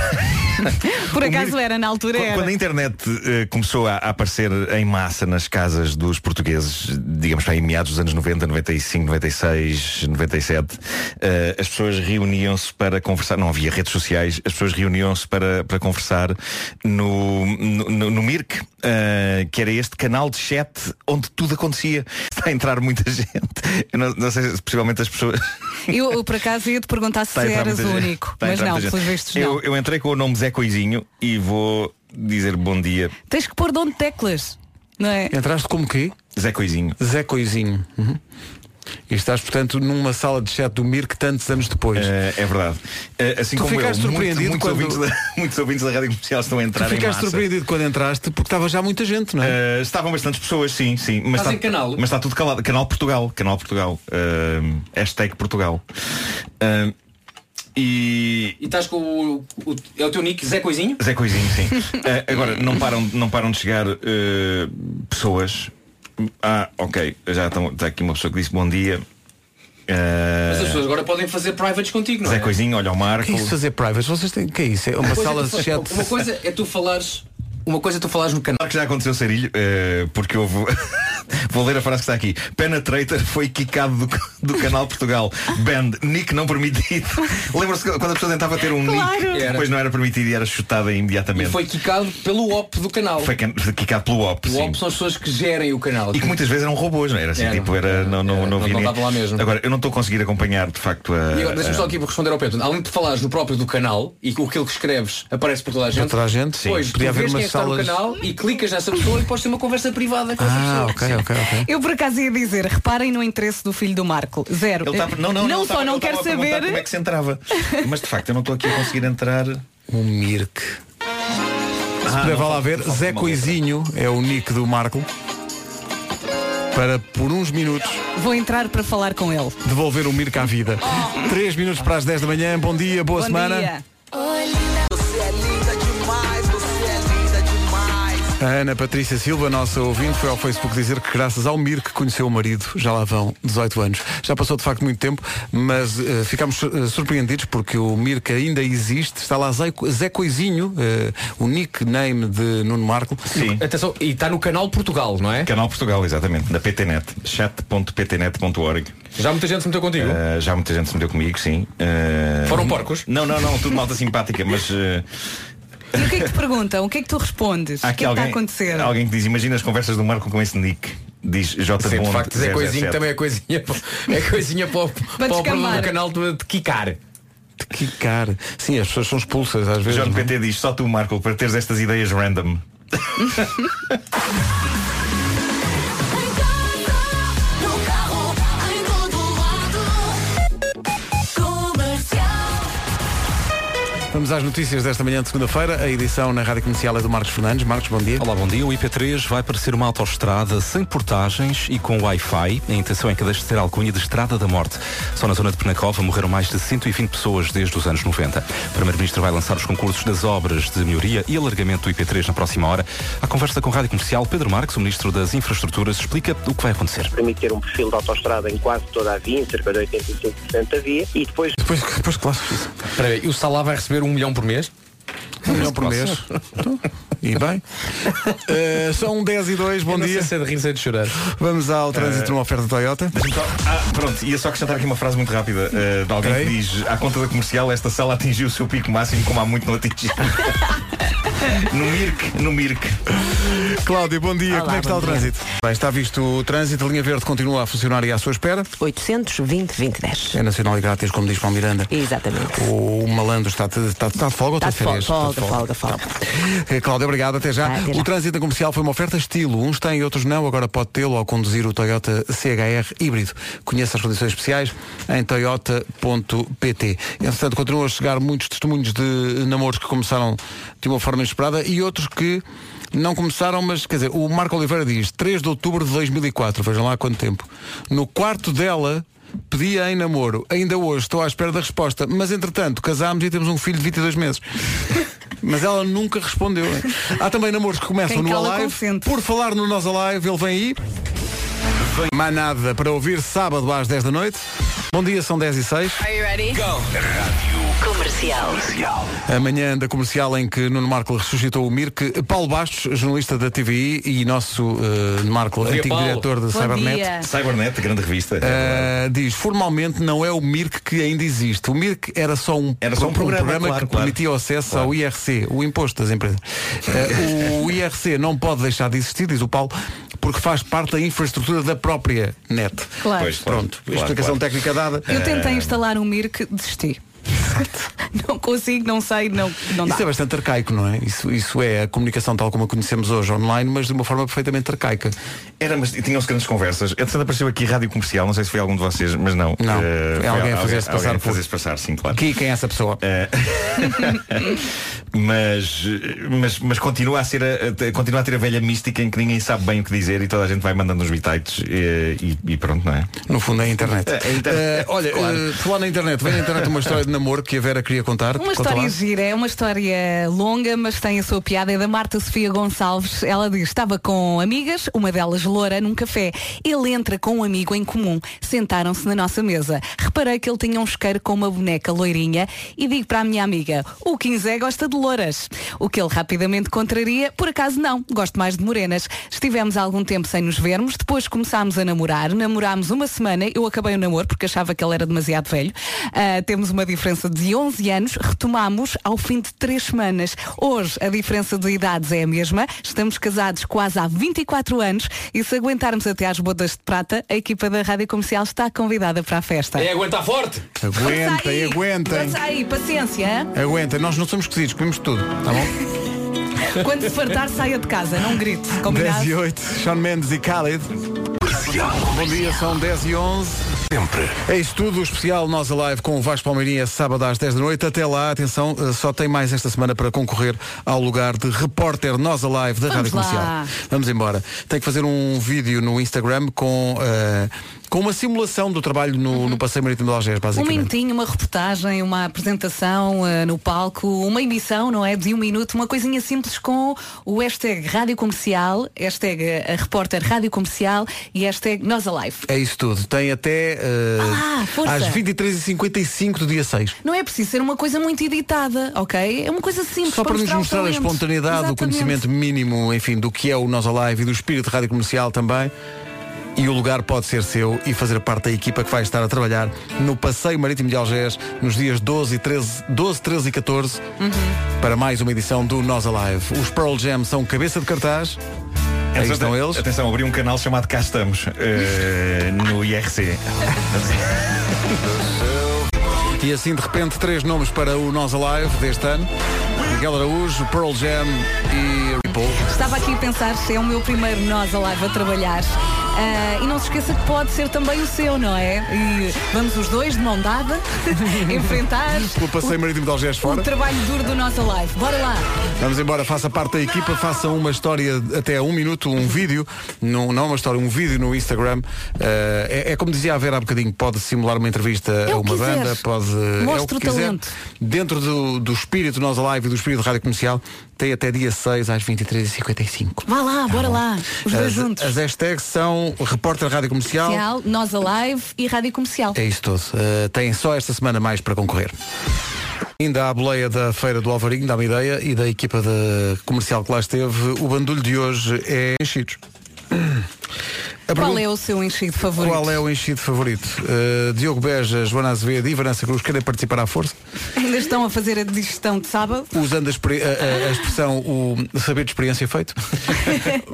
Por acaso era, na altura
Qu- Quando
era.
a internet eh, começou a, a aparecer em massa nas casas dos portugueses, digamos para em meados dos anos 90, 95, 96, 97, eh, as pessoas reuniam-se para conversar. Não, não havia redes sociais, as pessoas reuniam-se para, para conversar no, no, no- no Mirk, eh, que era este canal de chat onde tudo acontecia. Está a entrar muita gente. Eu não, não sei, se possivelmente as pessoas.
Eu, eu, por acaso ia te perguntar se
Está a entrar
eras
muita
o
gente.
único,
Está a
mas
entrar
não,
muita gente.
pelos vistos
eu,
não.
Eu entrei com o nome Zé Coisinho e vou dizer bom dia.
Tens que pôr dom de teclas, não é?
Entraste como quê?
Zé Coisinho.
Zé Coisinho. Uhum. E estás, portanto, numa sala de chat do Mir que tantos anos depois.
é verdade. assim
tu
como eu,
ficaste
muito-
surpreendido
muitos,
quando.
ouvintes da, muitos ouvintes da Rádio Comercial estão a entrar
Tu
em
ficaste
massa. Eh,
surpreendido quando entraste porque estava já muita gente, não é?
estavam bastantes pessoas, sim, sim. Mas
Fazem
está,
canal.
mas está tudo calado. Canal Portugal. Canal Portugal. Ahm, hashtag Portugal. Ahm, e,
E estás com o, o- É o teu nick, Zé Coisinho?
Zé Coisinho, sim. Eh, agora, não param, não param de chegar eh, pessoas. Ah, ok, já estão, está aqui uma pessoa que disse bom dia. Eh,
É.
Mas as pessoas agora podem fazer privates contigo, não é?
Zé Coisinho, olha o
O
Marco.
que é isso fazer privates? Vocês têm. O que é isso? É
Uma
uma
coisa
sala
é tu-
de chat.
Uma coisa é tu falares. Uma coisa é tu falares no canal.
Claro que já aconteceu sarilho, eh, porque houve. Vou ler a frase que está aqui. Penetrator foi quicado do, do canal Portugal. Band, nick não permitido. Lembra-se que quando a pessoa tentava ter um
Claro.
nick,
Era.
depois não era permitido e era chutada
E
imediatamente.
foi quicado pelo OP do canal.
Foi can- quicado pelo OP.
O
sim.
OP são as pessoas que gerem o canal.
E que muitas vezes eram robôs, não é? era assim,
Era.
tipo, era, não, não,
não
não, vinha.
dava lá mesmo.
Agora, eu não estou a conseguir acompanhar, de facto, a.
E agora, deixa-me só
É,
a-
aqui responder ao Pedro. Além de falares no próprio do canal e que aquilo que escreves aparece por toda a gente.
toda a gente, sim.
Pois,
Podia
tu
haver
vês
umas
quem é está no
salas-
canal e clicas nessa pessoa e podes ter uma conversa privada com essa
Ah,
pessoa.
ok, ok, ok.
Eu por acaso ia dizer, reparem no interesse do filho do Marco. Zero.
Ele tava- não, não,
não
ele
só
tava-
não
ele
quer
tava a perguntar
saber.
Como é que se entrava? Mas de facto eu não estou aqui a conseguir entrar.
Ah,
Um Mirk. Ah,
Se puder, vá lá ver. Zé Coisinho é o nick do Marco. Para, por uns minutos,
Vou entrar para falar com ele.
devolver o Mirk à vida. 3 minutos para as 10 da manhã. Bom dia, boa
Oh. Bom
semana.
dia.
Você é linda demais, você é linda demais.
A Ana Patrícia Silva, nossa ouvinte, foi ao Facebook dizer que graças ao Mir que conheceu o marido, já lá vão 18 anos. Já passou de facto muito tempo, mas eh, ficámos eh, surpreendidos porque o Mir que ainda existe, está lá Zé, Zé Coisinho, eh, o nickname de Nuno Marco.
Sim.
Atenção, e está no canal Portugal, não é?
Canal Portugal, exatamente, na PTNet, chat.ptnet.org.
Já muita gente se meteu
É.
contigo?
Eh, já muita gente se meteu comigo, sim. Eh,
Foram porcos?
Não, não, não, tudo malta simpática, mas eh,
E o que é que te perguntam? O que é que tu respondes?
há
O
aqui
que é que está a
alguém,
acontecer?
alguém que diz, imagina as conversas do Marco com esse nick. Diz J.
Sim, de
Bond
facto, Zé Coisinho
007.
também é coisinha. É coisinha para o, para o problema do canal de, de quicar.
Que cara. Sim, as pessoas são expulsas às vezes. é?
John PT diz, só tu, Marco, para teres estas ideias random.
Vamos às notícias desta manhã de segunda-feira. A edição na Rádio Comercial é do Marcos Fernandes. Marcos, bom dia.
Olá, bom dia. O IP3 vai parecer uma autoestrada sem portagens e com Wi-Fi. A intenção é que deixe de ter a alcunha de Estrada da Morte. Só na zona de Penacova morreram mais de 120 pessoas desde os anos 90. O Primeiro-Ministro vai lançar os concursos das obras de melhoria e alargamento do IP3 na próxima hora. A conversa com a Rádio Comercial, Pedro Marques, o Ministro das Infraestruturas, explica o que vai acontecer.
permite ter um perfil de autostrada em quase toda a via, em cerca de 85% da via, e depois
Depois, depois claro.
Espera aí, e o Salá vai receber um milhão por mês?
Um milhão por mês. Então, E bem. Eh, são 10 e 2, bom dia.
se é de rir, se é de chorar.
Vamos ao trânsito
Eh,
numa oferta Toyota.
Deixa-me só- Ah, pronto, ia só acrescentar aqui uma frase muito rápida eh, de alguém que diz, à conta da comercial, esta sala atingiu o seu pico máximo como há muito não atingiu. no Mirk, no Mirk.
Cláudio, bom dia.
Olá,
Como é que está
bom
o
dia.
trânsito? Bem, está visto o trânsito. A linha verde continua a funcionar e à sua espera.
820 2010.
É nacional e grátis, como diz Paulo Miranda.
Exatamente.
O malandro está, de- está, está de folga ou está,
Está
de férias?
folga,
Está de
folga, folga.
Tá. Eh, Cláudio, obrigado. Até já.
Vai, Ah, até já.
o trânsito na comercial foi uma oferta estilo. Uns têm, outros não. Agora pode tê-lo ao conduzir o Toyota CHR híbrido. Conheça as condições especiais em toyota.pt. Entretanto, continuam a chegar muitos testemunhos de namoros que começaram de uma forma inesperada e outros que não começaram, mas quer dizer, o Marco Oliveira diz 3 de outubro de 2004, vejam lá há quanto tempo. No quarto dela pedi em namoro. Ainda hoje estou à espera da resposta, mas entretanto casámos e temos um filho de 22 meses. Mas ela nunca respondeu. Há também namoros que começam
Quem
no
cala,
Alive. Por falar no Nós Alive, ele vem aí. Vem Manada para ouvir sábado às 10 da noite. Bom dia, são 10 e 6.
Are you ready?
Rádio
Comercial.
Amanhã da comercial em que Nuno Marco ressuscitou o Mirk, Paulo Bastos, jornalista da TVI e nosso eh, Marco,
Bom dia,
antigo
Paulo.
diretor da
Bom
Cybernet.
dia. Cybernet, grande revista. É
Eh, diz, formalmente não é o MIRC que ainda existe. O MIRC era só um,
Era só um programa, claro,
que
claro.
permitia o acesso ao IRC, o imposto das empresas. Eh, o IRC não pode deixar de existir, diz o Paulo, porque faz parte da infraestrutura da própria net.
Claro.
Pois, Pronto,
claro, claro.
explicação
É.
técnica dada.
Eu
Eh.
tentei instalar um Mirk, desisti. não consigo, não sei, não, não dá.
Isso é bastante arcaico, não é? Isso, isso é a comunicação tal como a conhecemos hoje online, mas de uma forma perfeitamente arcaica.
Era, mas tinham-se grandes conversas. Entretanto apareceu aqui Rádio Comercial, não sei se foi algum de vocês, mas não.
Não.
Eh,
É
foi
alguém a fazer-se passar
alguém a
por-
fazer-se passar, sim, claro.
Aqui quem é essa pessoa?
Eh, mas, mas, mas continua a ser a, a ter- continua a ter a velha mística em que ninguém sabe bem o que dizer e toda a gente vai mandando uns bitites eh, e, e pronto, não é?
No fundo é a internet.
É a internet.
Eh, olha,
Claro.
eh, falar na internet, vem na internet uma história de namoro que a Vera queria contar.
Uma
Conta lá.
história gira, é uma história longa, mas tem a sua piada. É da Marta Sofia Gonçalves. Ela diz: estava com amigas, uma delas loura, num café. Ele entra com um amigo em comum. Sentaram-se na nossa mesa. Reparei que ele tinha um isqueiro com uma boneca loirinha e digo para a minha amiga: o Quinzé gosta de louras. O que ele rapidamente contraria, por acaso não, gosto mais de morenas. Estivemos algum tempo sem nos vermos, depois começámos a namorar, namorámos uma semana, eu acabei o namoro porque achava que ele era demasiado velho. Ah, temos uma diferença de 11 anos, retomámos ao fim de 3 semanas. Hoje a diferença de idades é a mesma, estamos casados quase há 24 anos e se aguentarmos até às bodas de prata, a equipa da Rádio Comercial está convidada para a festa.
É aguentar forte.
Aguentem,
Passa aí,
aguentem.
passa aí, paciência. hã?
Aguentem, nós não somos esquisitos, comemos tudo, tá bom?
Quando se fartar, saia de casa, não grite, combinado?
10 e 8, Sean Mendes e Khaled. Bom dia, são 10 e 11. Sempre. É isso tudo, o especial Nós Alive com o Vasco Palmeirinha, sábado às 10 da noite. Até lá, atenção, eh, só tem mais esta semana para concorrer ao lugar de repórter Nós Alive da
Vamos
Rádio Comercial.
lá.
Vamos embora. Tem que fazer um vídeo no Instagram com, eh, com uma simulação do trabalho no, no Passeio Marítimo de Algés,
Um
basicamente.
minutinho, Uhum. uma reportagem, uma apresentação eh, no palco, uma emissão, não é? De um minuto, uma coisinha simples com o hashtag Rádio Comercial, hashtag eh, repórter Rádio Comercial e hashtag Nós Alive.
É isso tudo. Tem até eh,
Ah, força.
às 23h55 do dia 6.
Não é preciso ser uma coisa muito editada, ok? É uma coisa simples.
Só para nos
o
mostrar a
talento.
espontaneidade, o
Exatamente.
conhecimento mínimo, enfim, do que é o Nós Alive e do espírito de rádio comercial também. E o lugar pode ser seu e fazer parte da equipa que vai estar a trabalhar no Passeio Marítimo de Algés nos dias 12, e 13, 12 13 e 14 para mais uma edição do Nós Alive. Os Pearl Jam são cabeça de cartaz. Aí
Entretanto,
estão eles.
Atenção, abri um canal chamado Cá Estamos eh, no IRC.
E assim, de repente, três nomes para o Nós Alive deste ano. Miguel Araújo, Pearl Jam e Ripple.
Estava aqui a pensar se é o meu primeiro Nós Alive a trabalhar. Ah, e não se esqueça que pode ser também o seu, não é? E vamos os dois de mão dada enfrentar
Pelo Passeio Marítimo de Algés
o
fora.
trabalho duro do Nós Alive. Bora lá!
Vamos embora, faça parte da equipa, faça uma história de até um minuto, um vídeo, não, não uma história, um vídeo no Instagram. Eh, é, é como dizia a Vera há bocadinho, pode simular uma entrevista
É
a
o que
uma
quiser.
banda, pode. eh,
Mostra
é o, que
o
quiser.
talento.
Dentro do, do espírito Nós Alive e do espírito da Rádio Comercial, tem até dia 6 às 23h55.
Vá lá, bora lá! Os dois
As,
juntos.
as hashtags são Repórter Rádio Comercial.
Comercial, Nós Alive e Rádio Comercial.
É isso todo. Eh, têm só esta semana mais para concorrer. Ainda há a boleia da Feira do Alvarinho, dá-me ideia, e da equipa de comercial que lá esteve. O bandulho de hoje é enchidos. A
Qual
pergunta-
é o seu enchido favorito?
Qual é o enchido favorito? Eh, Diogo Beja, Joana Azevedo e Vanessa Cruz querem participar à força?
Ainda estão a fazer a digestão de sábado?
usando a, experi- a- a- a expressão o saber de experiência feito,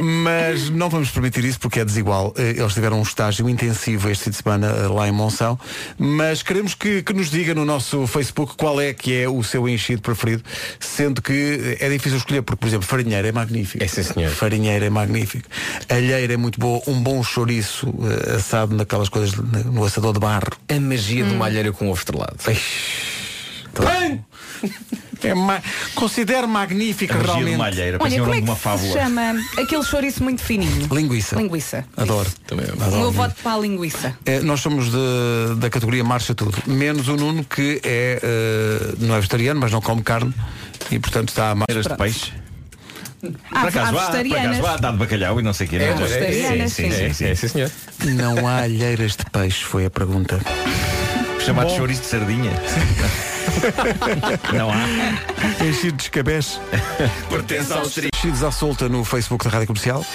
mas não vamos permitir isso porque é desigual. Eh, Eles tiveram um estágio intensivo este fim de semana eh, lá em Monção, mas queremos que, que nos diga no nosso Facebook qual é que é o seu enchido preferido, sendo que eh, é difícil escolher, porque, por exemplo, farinheiro é magnífico. É sim, senhor. Farinheiro é magnífico. Alheiro é muito bom, um bom chouriço eh, assado naquelas coisas, de- no assador de barro.
A magia de uma alheira com ovo estrelado.
É ma... Considero magnífico
A magia de
realmente.
uma alheira,
Olha, como é que se chama aquele chouriço muito fininho?
Linguiça.
Linguiça.
Adoro. Também é
O meu voto para a linguiça.
nós somos de- da categoria marcha tudo, menos o Nuno que é eh, não é vegetariano, mas não come carne e portanto está a marcha de peixe.
Há- há
por acaso há, por acaso
vegetarianas.
há, dá de bacalhau e não sei o que.
É,
sim,
vegetarianas,
sim,
sim.
sim,
É,
sim, sim, senhor.
Não há alheiras de peixe, foi a pergunta.
Chamado
Bom.
chouriço de sardinha.
Não há. Enchido de escabeche.
Pertence ao distrito.
Enchidos à solta no Facebook da Rádio Comercial.